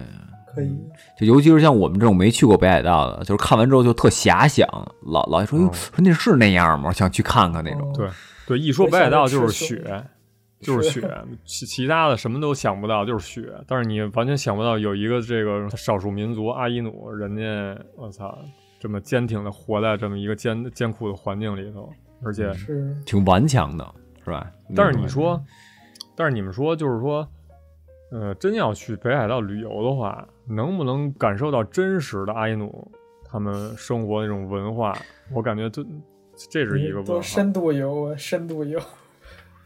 可以，啊就尤其是像我们这种没去过北海道的，就是看完之后就特遐想，老老说哟、嗯说那是那样吗？我想去看看那种。哦对对，一说北海道就是我雪，就是是 雪，其其他的什么都想不到，就是雪。但是你完全想不到有一个这个少数民族阿伊努，人家我操，这么坚挺的活在这么一个艰艰苦的环境里头，而且，嗯是挺顽强的，是吧？但是你说，但是你们说，就是说，呃，真要去北海道旅游的话，能不能感受到真实的阿伊努他们生活那种文化？我感觉这这是一个你问都号。深度游啊，深度 游，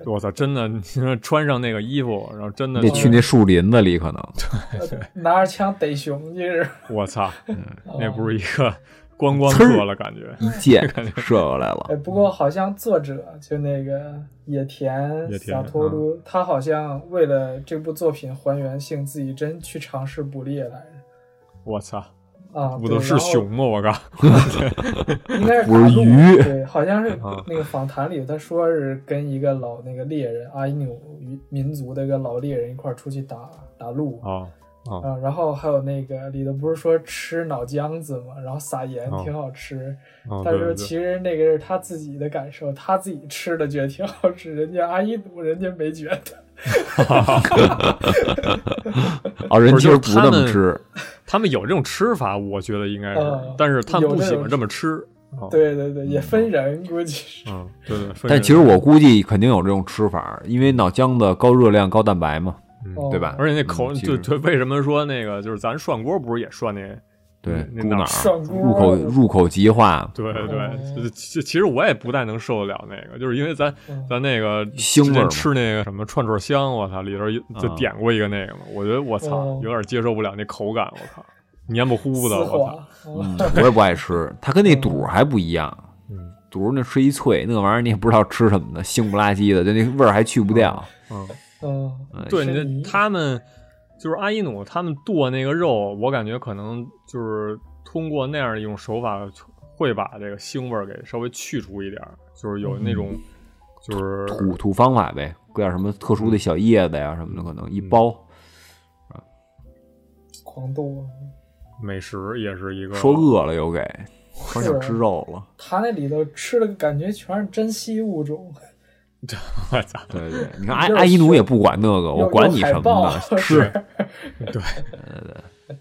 我操，真的，你 说穿上那个衣服，然后真的得是去那树林子里，可能拿着枪逮熊去是吧？我操，嗯那不是。是一 个观光客了，感觉。一箭射过来了 哎，。不过好像作者就那个野田野田嗯萨托鲁，他好像为了这部作品还原性，自己真去尝试捕猎来着。我操，啊，不对都是熊，吗？我靠！然后应该是不是大陆鱼对，好像是啊那个访谈里他说是跟一个老那个猎人阿伊纽民族的一个老猎人一块儿出去打打鹿。啊，啊，然后还有那个里头不是说吃脑浆子嘛，然后撒盐哦挺好吃，啊但对是对其对，实那个是他自己的感受，他自己吃的觉得挺好吃，人家阿依努人家没觉得。哦，人不其是实就不是那他么们吃，他们有这种吃法，我觉得应该是嗯，但是他们有不这喜种欢这么吃。啊， 对对对，也分人，估计是。嗯，对对。分但人其实我估计肯定有这种吃法，因为脑浆子高热量、高蛋白嘛，嗯哦对吧？而且那口嗯其就实就为什么说那个就是咱涮锅不是也涮那？对那猪那脑涮锅入口入口 即化，对哦对，就其其实我也不太能受得了那个，就是因为咱嗯咱那个腥味之前儿嘛吃那个什么串串香，我操，里头有就啊点过一个那个嘛，我觉得我操哦有点接受不了那口感，我靠，黏不糊的，丝我操，滑，嗯嗯，我也不爱吃，它跟那肚儿还不一样，嗯肚儿那吃一脆，那玩意儿你也不知道吃什么的，腥不拉几的，就那味儿还去不掉。嗯。 嗯，哎对，是你泥这他们就是阿依努，他们剁那个肉，我感觉可能就是通过那样一种手法，会把这个腥味儿给稍微去除一点儿，就是有嗯那种就是土土方法呗，搁点什么特殊的小叶子呀什么的，可能一嗯包。狂啊剁。美食也是一个说 饿了又给，说想吃肉了。他那里头吃的感觉全是珍稀物种，我操，对对，你看 又是阿阿依奴也不管那个，又我管你又海什么豹呢？是 吃，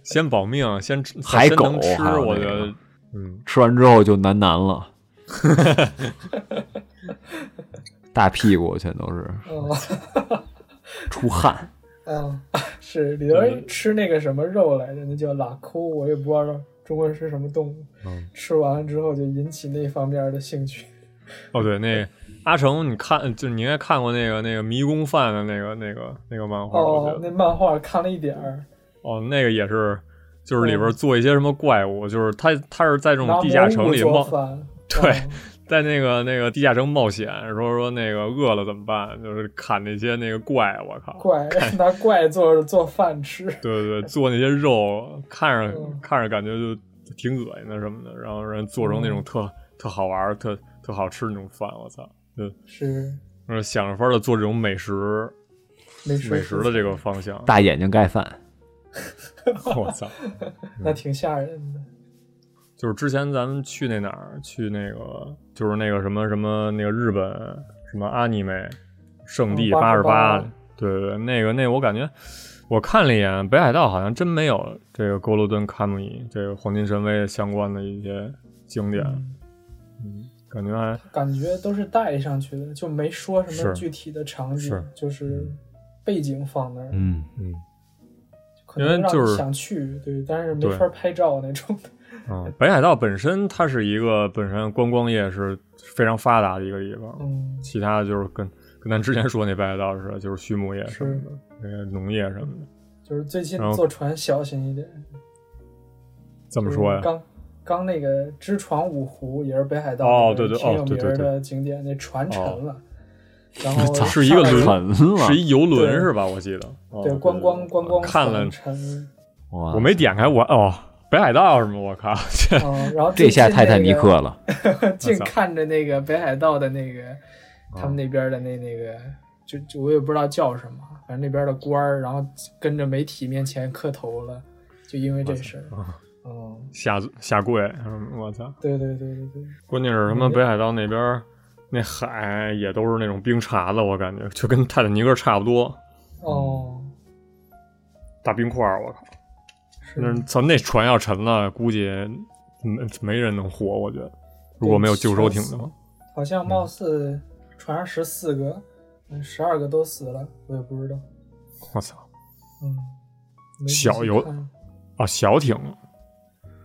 先保命，先吃海先能狗吃，还有我那觉个得，嗯，吃完之后就难难了，大屁股全都是嗯出汗。嗯， 是里头吃那个什么肉来着，那叫拉哭，我也不知道中文是什么动物。嗯吃完了之后就引起那方面的兴趣。哦对，那个阿成，你看，就是你应该看过那个那个迷宫饭的那个那个那个漫画，我觉哦得，那漫画看了一点儿，哦，那个也是，就是里边做一些什么怪物，就是他他是在这种嗯拿地下蘑城菇里做冒，饭， 对嗯在那个那个地下城冒险，说说那个饿了怎么办，就是砍那些那个怪，我靠，怪拿怪做做饭吃，对对对，做那些肉，看着、嗯看着感觉就挺恶心的什么的，然后人做成那嗯种特、特好玩儿、特特好吃那种饭，我操，是然后想着法儿的做这种美食美食美食的这个方向，大眼睛盖饭，我操。那挺吓人的。就是之前咱们去那哪儿，去那个就是那个什么什么那个日本什么阿尼美圣地嗯八十八88，对对对，那个那我感觉我看了一眼，北海道好像真没有这个勾罗顿卡姆伊这个黄金神威相关的一些景点，嗯嗯，感觉还感觉都是带上去的，就没说什么是嗯具体的场景是，就是背景放那儿，嗯，嗯可能因为让就是你想去，对，但是没对法拍照那种的。嗯，北海道本身它是一个本身观光业是非常发达的一个地方，嗯，其他的就是跟跟咱之前说那北海道似的，就是畜牧业什么的，那个农业什么的，就是最近然后坐船小心一点。怎么说呀？刚刚那个知床五湖也是北海道哦那个对对挺哦有对名对儿对的景点，那船沉哦了， 然后是一个上来轮就沉了，是一游轮对是吧？我记得，哦对观光观光看了船，沉，哇我没点开我哦，北海道什么？我靠， 这嗯，然后这下最近泰坦尼那个 克了，净看着那个北海道的那个他们那边的那那个，就就我也不知道叫什么，反正那边的官儿，然后跟着媒体面前磕头了，就因为这事儿。嗯，下下跪，嗯我操！对对对对对，关键是他妈北海道那边儿那海也都是那种冰碴子，我感觉就跟泰坦尼克差不多，哦，大冰块儿，我靠！是嗯那操，那船要沉了，估计没没人能活，我觉得，如果没有救生艇的话，好像貌似船上十四个，嗯十二个都死了，我也不知道。我操！嗯，没仔细小游看啊，小艇，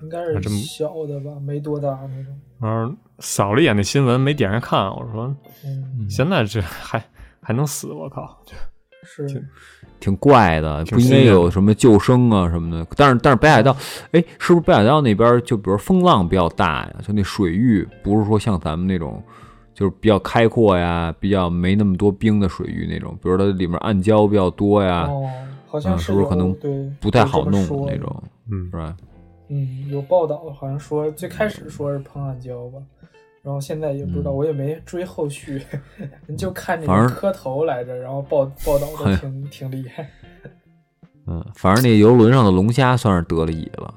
应该还真是小的吧，没多大那种。嗯，扫了一眼那新闻，没点开看，我说嗯，现在这还还能死，我靠！是挺怪的，挺不应该新鲜的有什么救生啊什么的。但是但是北海道，哎，是不是北海道那边就比如风浪比较大呀？就那水域不是说像咱们那种，就是比较开阔呀，比较没那么多冰的水域那种，比如它里面暗礁比较多呀，哦，好嗯像是不是有可能对不太好弄那。有这么说种，嗯是，吧？嗯，有报道好像说最开始说是彭暗礁吧，然后现在也不知道，我也没追后续， 就看这嗯反而个磕头来着，然后报报道的挺挺厉害。嗯，反正那游轮上的龙虾算是得了乙了，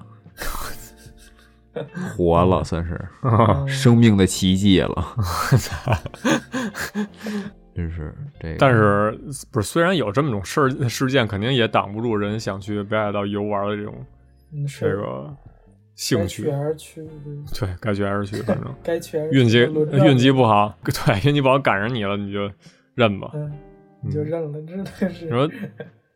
活了算是。啊嗯啊生命的奇 迹了，真是这个。但是不是虽然有这么种事儿事件，肯定也挡不住人想去北海道游玩的这种嗯是这个兴该趣去。还是去，对对，该去还是去，反正该去还是去运气轮着运气不好，对，运气不好赶上你了，你就认吧。嗯，你就认了，真的是你说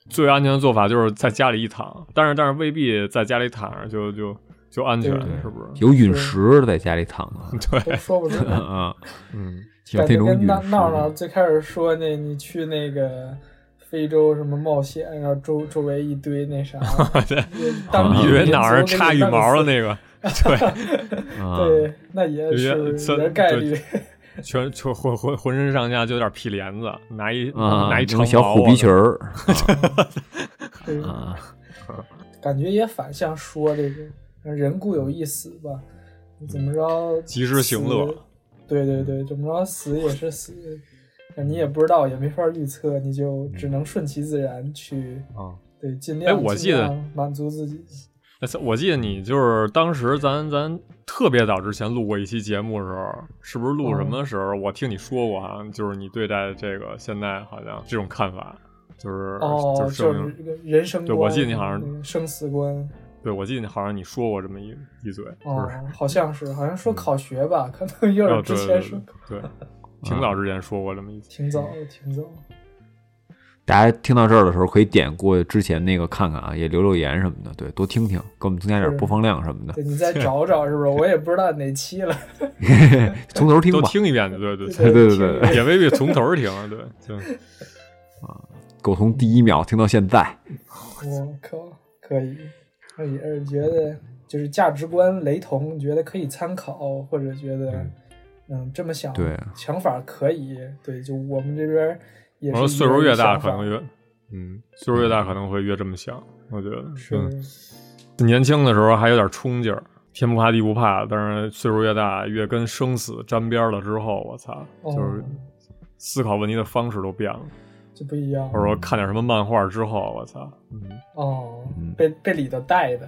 最安全的做法就是在家里一躺，但是但是未必在家里躺着就就就安全对，是不是？有陨石在家里躺着，都说不准。啊，嗯，就感那觉种跟陨闹闹闹石，最开始说那你去那个非洲什么冒险，然后周周围一堆 那啥，当啊地啊以为哪儿民族给插你羽弄毛了死那个，对，啊，对，那也也是算也是概率。全全浑浑浑身上下就有点屁帘子，拿一啊，拿一那长种小毛虎皮啊裙儿，对啊，感觉也反向说这个人固有一死吧，怎么着嗯及时行乐嗯死。对对对，怎么着死也是死，你也不知道，也没法预测，你就只能顺其自然去，嗯啊。对，尽哎量我尽记得量满足自己。那次我记得你就是当时咱咱特别早之前录过一期节目的时候，是不是录什么嗯时候？我听你说过，好像就是你对待这个现在好像这种看法，就是、哦，就是就证是明。这个人生对观，我记得你好像那个生死观，对，我记得你好像你说过这么一一嘴，哦就是，嗯好像是，好像说考学吧，可能又哦是对对之前对说，对， 啊挺早之前说过这么一次。挺早的，挺早的。大家听到这儿的时候可以点过去之前那个看看啊，也留留言什么的，对，多听听，给我们增加点是播放量什么的，对你再找找，是不是？我也不知道哪期了。从头听都吧，听一遍的，对对对对，对对听着也未必从头儿听，对对，狗从第一秒听到现在，我靠，可以。那也是觉得就是价值观雷同，觉得可以参考，或者觉得嗯这么想，对啊想法可以。对，就我们这边也我是说岁数越大可能越越，嗯，岁数越大可能会越这么想，我觉得是嗯年轻的时候还有点冲劲儿，天不怕地不怕，但是岁数越大，越跟生死沾边儿了之后，我操，哦就是思考问题的方式都变了。就不一样或者说看点什么漫画之后，我操，哦嗯，被被里头带的，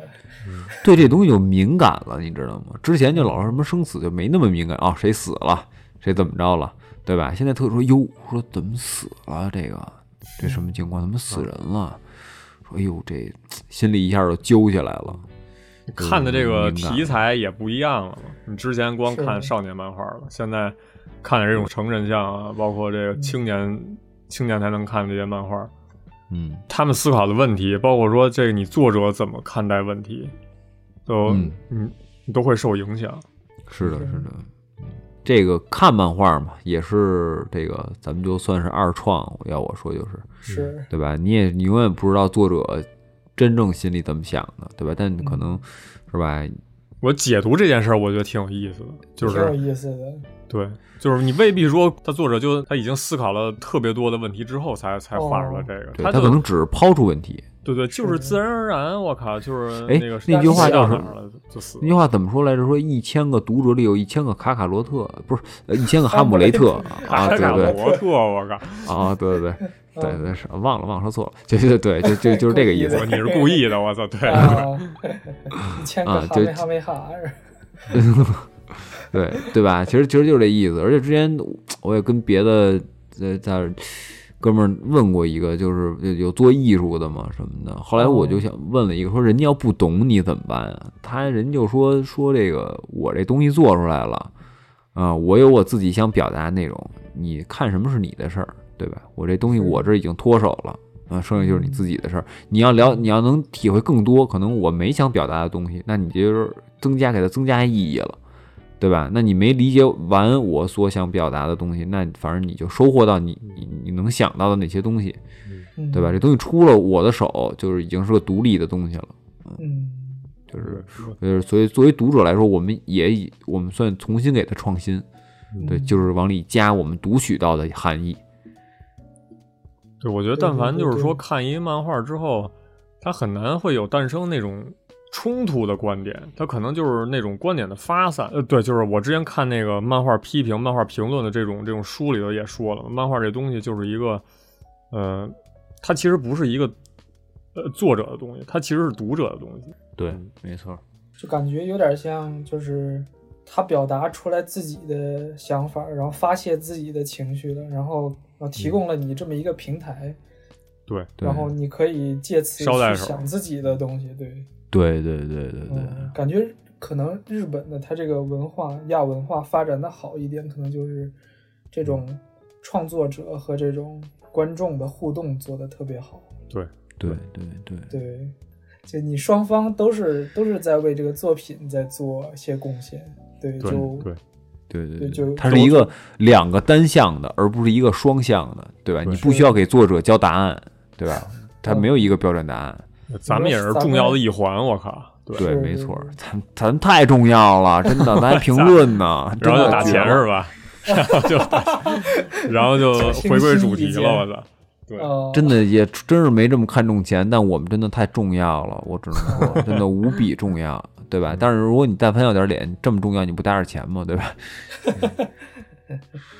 对这东西就敏感了，你知道吗？之前就老是什么生死就没那么敏感啊，谁死了，谁怎么着了，对吧？现在特说哟，说怎么死了这个，这什么情况？怎么死人了？说哎呦，这心里一下就揪起来了。看的这个嗯明白题材也不一样了嘛。你之前光看是少年漫画了，现在看点这种成人像啊，包括这个青年青年才能看的这些漫画，嗯他们思考的问题，包括说这个你作者怎么看待问题，都嗯嗯你都会受影响。是的，是是的。嗯这个看漫画嘛，也是这个，咱们就算是二创。要我说就是，是对吧？你也你永远不知道作者真正心里怎么想的，对吧？但可能是吧，我解读这件事儿，我觉得挺有意思的，就挺有是意思 的，对，就是你未必说他作者就他已经思考了特别多的问题之后才才画出来这个，对他他就可能只是抛出问题。对对，就是自然而然，我靠，就是哎那个那句话下哪叫什儿么了就死了 那句话怎么说来着？说一千个读者里有一千个卡卡罗特，不是呃一千个哈姆雷特卡啊？对卡对罗特，我靠，啊，对对对对对，是忘了忘了说错了，就就对就就就是这个意思我。你是故意的，我操，对，啊，一千个啊哈就没哈没哈，对对吧？其实其实就是这意思。而且之前我也跟别的呃在哥们儿问过一个，就是有有做艺术的嘛什么的。后来我就想问了一个，说人家要不懂你怎么办啊？他人就说说这个我这东西做出来了啊、我有我自己想表达的内容，你看什么是你的事儿，对吧？我这东西是我这已经脱手了。啊，剩下就是你自己的事儿。你要了，你要能体会更多，可能我没想表达的东西，那你就是增加给它增加意义了。对吧？那你没理解完我所想表达的东西，那反正你就收获到你你你能想到的哪些东西，嗯对吧？？这东西出了我的手，就是已经是个独立的东西了，嗯，就是就是所以作为读者来说，我们也以我们算重新给它创新，对，嗯就是往里加我们读取到的含义，对，我觉得对但对凡对就是对说看一漫画之后，他很难会有诞生那种冲突的观点，他可能就是那种观点的发散。呃，对，就是我之前看那个漫画批评、漫画评论的这种这种书里头也说了，漫画这东西就是一个，呃，它其实不是一个呃作者的东西，它其实是读者的东西。对，嗯没错，就感觉有点像，就是他表达出来自己的想法，然后发泄自己的情绪了，然后呃提供了你这么一个平台，对，嗯对然后你可以借此捎带去手想自己的东西，对，对对对对对，嗯，感觉可能日本的它这个文化亚文化发展的好一点，可能就是这种嗯创作者和这种观众的互动做的特别好。对对对对，就你双方都是都是在为这个作品在做一些贡献。对，对就对，对对对就它是一个两个单向的，而不是一个双向的，对吧？对你不需要给作者交答案，对吧？它没有一个标准答案，咱们也是咱重们要的一环，我靠。对，对，是没错，咱咱太重要了，真的，咱还评 论呢，真然后就的打钱是吧？ 然后就打钱，然后就回归主题了，我操！对呃，真的也真是没这么看重钱，但我们真的太重要了，我只能说，真的无比重要，对吧？但是如果你但凡要点脸，这么重要，你不搭点钱吗？对吧？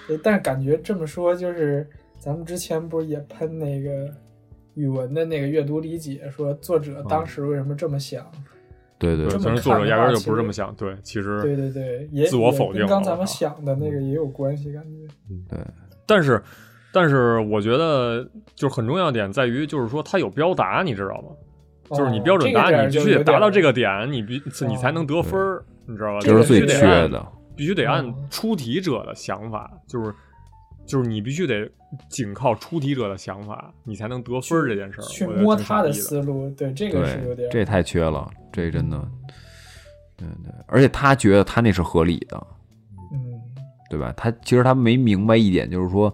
对但是感觉这么说就是，咱们之前不是也喷那个语文的那个阅读理解，说作者当嗯时为什么这么想？对对对，这对么虽然作者看的压根话儿就其不是这实么想，对，其实对对对，也自我也否定跟刚了咱们我靠想的那个嗯也有关系，感觉。对但是，但是我觉得就是很重要的点在于，就是说它有标答，你知道吗？就是你哦标准这个答，点你儿必就须有得达点到儿这个点，你必哦你才能得分儿，你知道吧？这是最必须得缺按的，必须得按嗯出题者的想法，就是就是你必须得仅靠出题者的想法，你才能得分儿这件事儿。去我觉得摸挺他傻的逼思路，对这个是有对点，这太缺了，这真的，对对，而且他觉得他那是合理的，嗯，对吧？他其实他没明白一点，就是说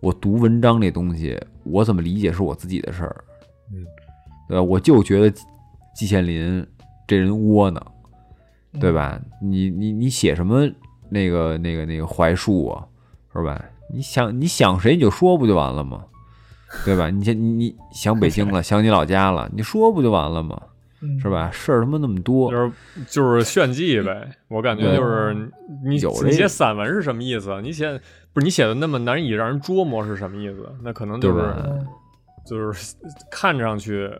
我读文章这东西，我怎么理解是我自己的事儿，嗯，对吧？我就觉得季季羡林这人窝囊，嗯对吧？你你你写什么那个那个那个槐树啊，是吧？你想你想谁你就说不就完了吗？对吧？你先你你想北京了，想你老家了，你说不就完了吗？嗯？是吧？事儿他妈那么多，就是就是炫技呗，我感觉对就是你有你这写个散文是什么意思？啊你写不是你写的那么难以让人捉摸是什么意思？那可能就对是吧嗯？就是看上去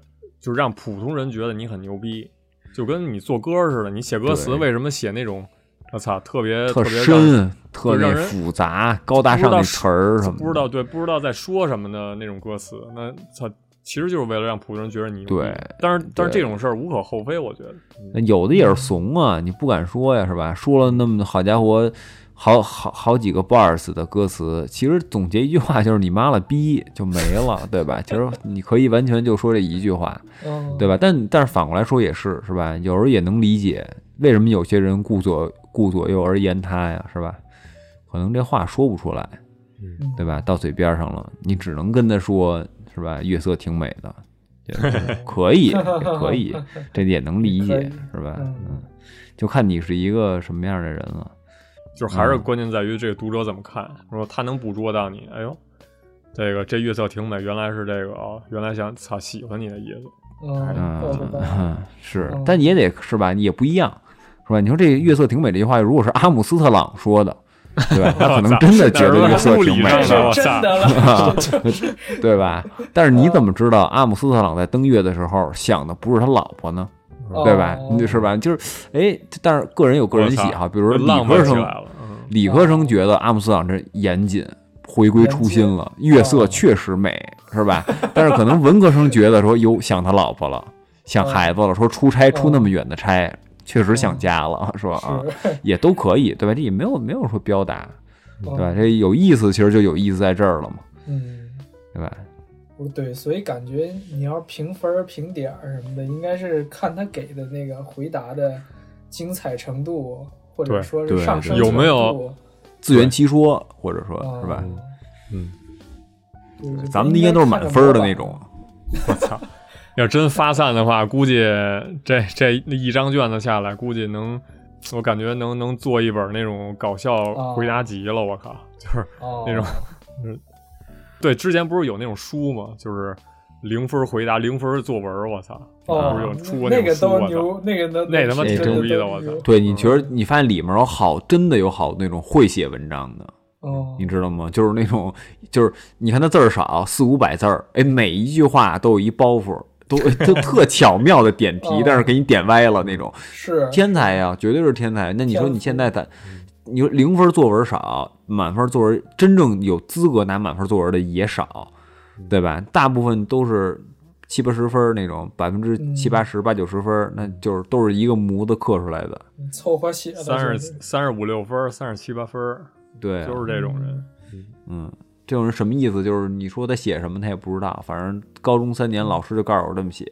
就让普通人觉得你很牛逼，就跟你做歌似的，你写歌词对为什么写那种我操特别特别让人深，特让那人复杂、高大上不知道的词儿什么的，不知道对不知道在说什么的那种歌词？那操其实就是为了让普通人觉得你牛逼对但是但是这对种事儿无可厚非，我觉得。嗯那有的也是怂啊，你不敢说呀，是吧？说了那么好家伙，好好好几个 bars 的歌词，其实总结一句话就是“你妈了逼”就没了，对吧？其实你可以完全就说这一句话，嗯，对吧？但但是反过来说也是，是吧？有时候也能理解为什么有些人顾左顾左右而言他呀，是吧？可能这话说不出来，嗯对吧？到嘴边儿上了，你只能跟他说，是吧？月色挺美的， 也可以，也可以，这也能理可解以，是吧？嗯嗯，就看你是一个什么样的人了。就是还是关键在于这个读者怎么看，如果他能捕捉到你，哎呦，这个这月色挺美，原来是这个哦，原来想操喜欢你的意思，嗯，够了吧？嗯，是嗯，但也得是吧？也不一样，是吧？你说这“月色挺美”这句话，如果是阿姆斯特朗说的，对吧？他可能真的觉得月色挺美哎这呀是我的，真操的了， 对吧？但是你怎么知道阿姆斯特朗在登月的时候想的不是他老婆呢？对吧？哦你是吧？就是，哎，但是个人有个人喜好，比如说就理浪漫科起生来，了，嗯，理科生觉得阿姆斯特朗这严谨，哦回归初心了，月色确实美，是吧？但是可能文科生觉得说，哟，想他老婆了，想孩子了，说出差出那么远的差，确实想家了，嗯是吧？啊，是，也都可以，对吧？这也没有没有说标达，对对吧？这有意思，其实就有意思在这儿了嘛，嗯。对吧？我对，所以感觉你要评分儿、评点儿什么的，应该是看他给的那个回答的精彩程度，或者对说是对上升有没有程度自圆其说，或者说啊是吧？嗯对我觉得咱们应该都是满分的那种，我操，要真发散的话，估计这这一张卷子下来，估计能，我感觉能能做一本那种搞笑回答集了，我靠，就是那那种对，之前不是有那种书吗？就是零分回答、零分作文，我操，哦，不是有那出过那种个书，都我操，牛，那个都那他妈挺牛牛逼的我操对你嗯觉得你发现里面有好，真的有好那种会写文章的，哦你，知道吗？就是那种，就是你看他字儿少，四五百字儿，哎，每一句话都有一包袱，都都特巧妙的点题哦，但是给你点歪了那种是天才呀，绝对是天才。那你说嗯天赋嗯你现在咱，你说零分作文少，满分作文真正有资格拿满分作文的也少，嗯对吧？大部分都是。七八十分儿那种，百分之七八十、八九十分儿，那就是都是一个模子刻出来的。嗯凑合写的，三十就是三十五六分、三十七八分，对，啊就是这种人。嗯，这种人什么意思？就是你说他写什么，他也不知道。反正高中三年，老师就告诉我这么写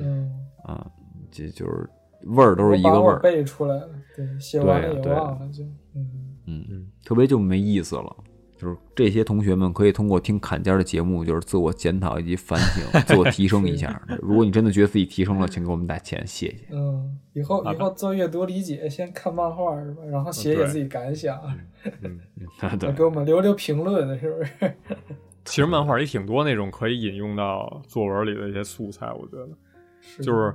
嗯，啊，这就是味儿都是一个我把味我儿，背出来了，对，写完了对也对忘了，就嗯，嗯，特别就没意思了。就是这些同学们可以通过听砍尖儿的节目，就是自我检讨以及反 省、自我提升一下。如果你真的觉得自己提升了，请给我们打钱，谢谢。嗯，以后以后做阅读理解，先看漫画是吧？然后写写对嗯自己感想，啊对给我们留留评论啊是不是？ 其实漫画里挺多那种可以引用到作文里的一些素材，我觉得。是就是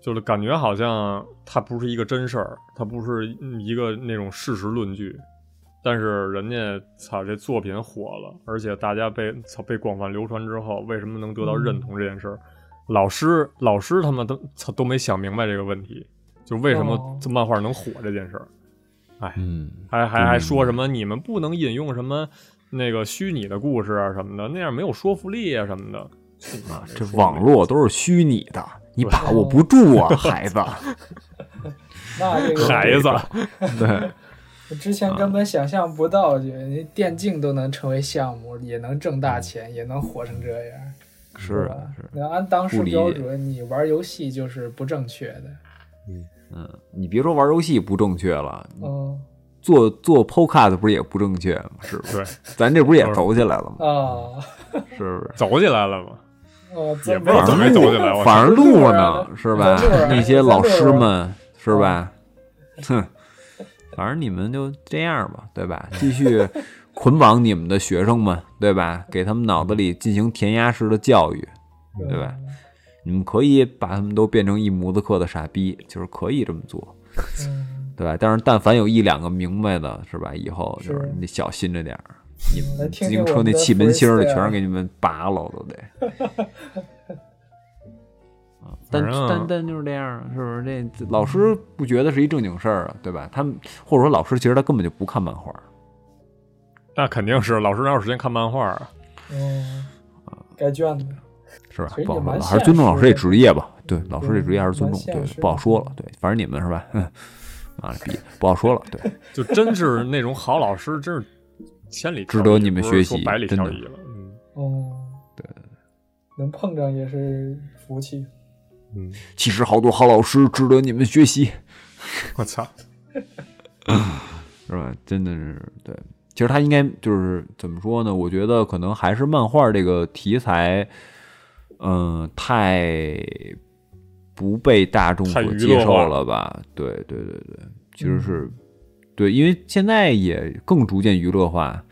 就是感觉好像它不是一个真事儿，它不是一个那种事实论据，但是人家操这作品火了，而且大家被操被广泛流传之后，为什么能得到认同这件事儿？老师老师他们都操都没想明白这个问题，就为什哦么这漫画能火这件事儿，嗯，还还嗯还说什么你们不能引用什么那个虚拟的故事啊什么的，那样没有说服力啊什么的。啊，这网络都是虚拟的，你把握不住啊，孩子。那这个孩子， 对，我之前根啊本想象不到，就人家电竞都能成为项目，也能挣嗯大钱，也能火成这样。是吧啊，是啊。那按当时不理解标准，你玩游戏就是不正确的。嗯，你别说玩游戏不正确了，嗯做做 podcast 不是也不正确吗？是不是？对，咱这不是也走起来了吗？啊是不是？ 走起来了嘛。 哦，也这不没知道怎怎么么没走起来我反而录了呢，咱是吧咱录啊？那些老师们是嗯吧？哼，反正你们就这样吧，对 吧？继续捆绑你们的学生们，对吧？给他们脑子里进行填鸭式的教育，对吧？你们可以把他们都变成一模子刻的傻逼，就是可以这么做。嗯，对吧？但是但凡有一两个明白的，是吧？以后就是是你得小心着点儿。你嗯来们自听听行我车们那的气门芯儿的 freestyle 全是给你们拔了，都 得。啊但反正但但就是这样儿，是不是？这这老师不觉得是一正经事儿啊，对吧？他们或者说老师其实他根本就不看漫画儿，那肯定是老师哪有时间看漫画啊？嗯，啊改卷子。是吧其实？不好也说蛮了，还是现尊重老实师这的职业吧。对，老师这对职业还是尊蛮重，现对实，不好的说了。对，反正你们是吧？嗯 妈了逼，不好说了。对，就真是那种好老师，真是千里值挑得一你们不是学说习百里真挑的一了。嗯哦，对，能碰上也是福气。嗯，其实好多好老师值得你们学习，我操， 是吧？真的是对。其实他应该就是怎么说呢？我觉得可能还是漫画这个题材，嗯、太不被大众所太娱接乐化嗯受了吧？对对对对，其实是、对，因为现在也更逐渐娱乐化。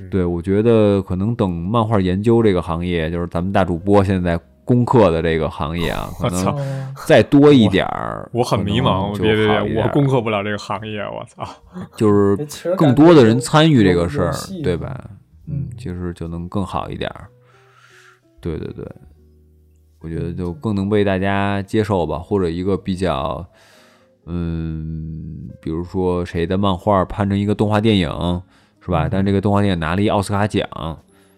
嗯对，我觉得可能等漫画研究这个行业，就是咱们大主播现在攻克的这个行业 啊，可能操哦，再多一点儿，我很迷茫，我可能别就别好一别，点我儿攻克不了这个行业，我操。就是哎哎其实更感多觉的有人参与这个事有儿戏，对啊吧？嗯，其实就能更好一点儿。对对对，我觉得就更能被大家接受吧，或者一个比较，嗯，比如说谁的漫画拍成一个动画电影，是嗯吧？但这个动画电影拿了一奥斯卡奖，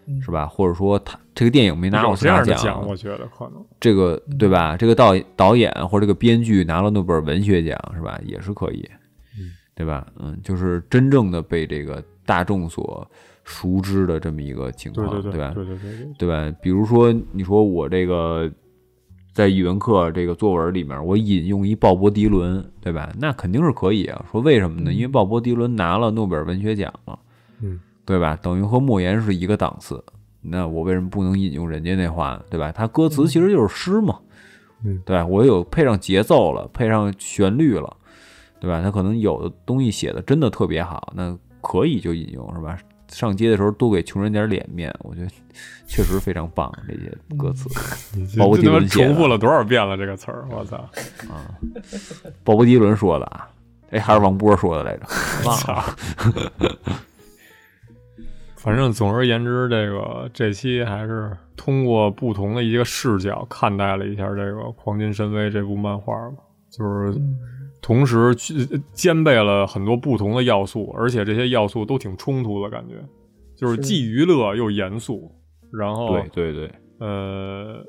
嗯是吧？或者说他这个电影没拿有奥斯这卡样的奖，奖，我觉得可能这个嗯对吧？这个导导演或者这个编剧拿了诺贝尔文学奖是吧？也是可以，对吧？嗯，就是真正的被这个大众所熟知的这么一个情对况，对对啊吧？对对对对，对吧？比如说，你说我这个在语文课这个作文里面，我引用一鲍勃迪伦，对吧？那肯定是可以啊。说为什么呢？因为鲍勃迪伦拿了诺贝尔文学奖了，嗯，对吧？等于和莫言是一个档次。那我为什么不能引用人家那话呢？对吧？他歌词其实就是诗嘛，嗯，对吧？我有配上节奏了，配上旋律了，对吧？他可能有的东西写的真的特别好，那可以就引用，是吧？上街的时候多给穷人点脸面，我觉得确实非常棒这些歌词。这包括他地啊妈文写重的复了多少遍了这个词儿，我操！鲍勃迪伦说的啊，哎，还是王波说的来着，忘了。反正总而言之，这个这期还是通过不同的一个视角看待了一下这个《黄金神威》这部漫画吧，就是嗯同时去兼备了很多不同的要素，而且这些要素都挺冲突的感觉，就是是既娱乐又严肃，然后对对对，呃，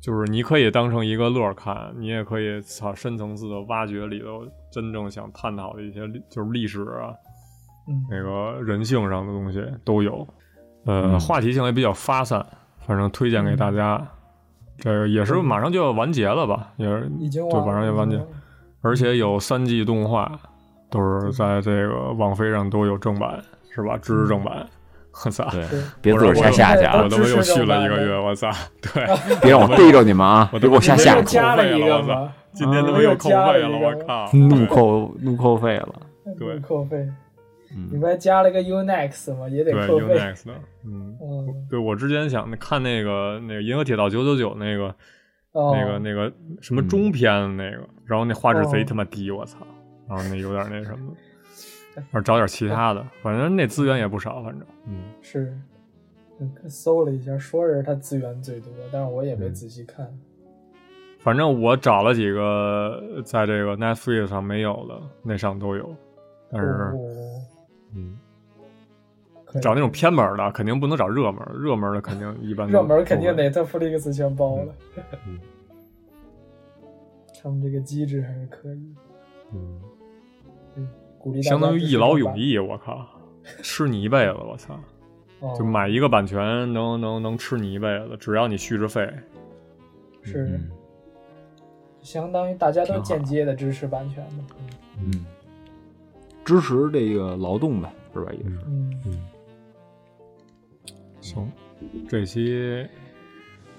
就是你可以当成一个乐儿看，你也可以操深层次的挖掘里头真正想探讨的一些历就是历史啊，嗯那个人性上的东西都有。呃，嗯话题性也比较发散，反正推荐给大家。这个也是马上就要完结了吧？也是已经对，完马上了就完结，而且有三季动画，都是在这个网飞上都有正版，是吧？支持正版。我操！对对别自个儿瞎下去我啊！他妈又续了一个支月，持正啊我操！对，别让我逮着你们啊！我都别给我下瞎你下们口下又加了味一了我个操吗？今天他妈又有口加味了了，一我个嗯靠！怒对扣怒扣费了。对不扣费，嗯你不还加了个 Unix 吗？也得对扣费。 ，Unex 的，嗯，嗯，对我之前想看那个那个《银河铁道九九九》那个哦，那个那个什么中篇的那个，然后那画质贼哦他妈低，我操！然后那有点那 什么，然后找点其他的，反正那资源也不少，反正嗯，是，嗯搜了一下，说是它资源最多，但是我也嗯没仔细看。反正我找了几个呃在这个 Netflix 上没有的，那上都有，但是哦，嗯，可以找那种偏门的肯定不能找热门，热门的肯定一般都热门肯定不会 Netflix 全包了嗯。 他们这个机制还是可以，嗯。鼓励大家相当于一劳支持正永版，逸，我 靠，吃你一辈子，我操！哦就买一个版权能能能吃你一辈子，只要你续着费。是嗯相当于大家都挺好间接的支持版权嘛。嗯，支持这个劳动呗，是吧？也是。嗯，行，这期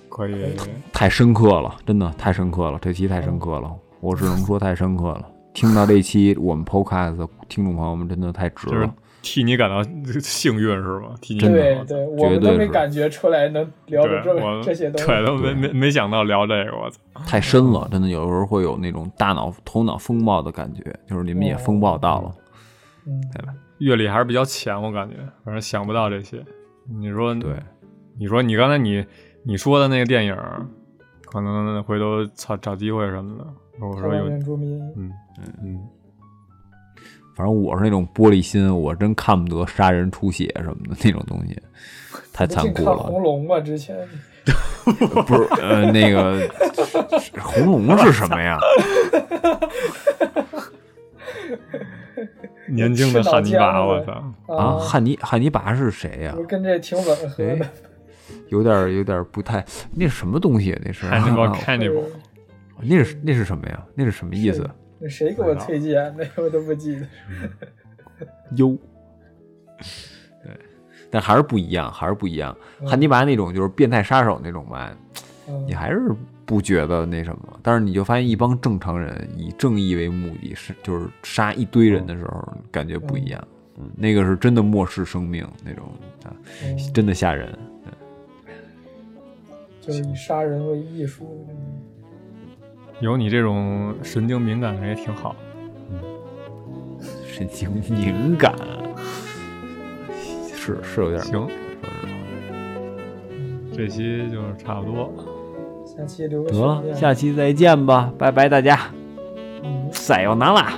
可以，太深刻了，真的太深刻了，这期太深刻了，我只能说太深刻了。听到这期我们 Podcast 的听众朋友们真的太值就是了，替你感到幸运是吗？替你感对到对，绝我们对都没是感觉出来能聊对的这我么这些东西。对都没没没想到聊这个，我操！太深了，真的有时候会有那种大脑头脑风暴的感觉，就是你们也风暴到了。嗯，阅历还是比较浅，我感觉，反正想不到这些。你说对，你说你刚才你你说的那个电影，可能回头找找机会什么的。我台说湾有，原住民，嗯嗯。反正我是那种玻璃心，我真看不得杀人出血什么的那种东 西，太不残净酷看了红。龙嘛，之哎前不是，呃，那 个红龙是什么呀？年轻的汉尼拔，我操！啊，啊，汉尼汉尼拔是谁 呀、不是跟这挺吻合的哎。有点儿有点儿不太，那是什么东西啊？ 那是汉尼拔啊 Cannibal，那是那是什么呀？那是什么意思？ 那谁给我推荐的？ 我都不记得。优。对，但还是不一样，还是不一样。汉尼拔那种就是变态杀手那种吧，嗯你还是不觉得那什么，但是你就发现一帮正常人以正义为目的是就是杀一堆人的时候，感觉不一样。嗯，那个是真的漠视生命那种啊，嗯真的吓人。就是以杀人为艺术。有你这种神经敏感的也挺好。神经敏感，啊是是有点儿行，说是这期就差不多，下期留个得悬了，念下期再见吧，拜拜大家，嗯再有拿啦。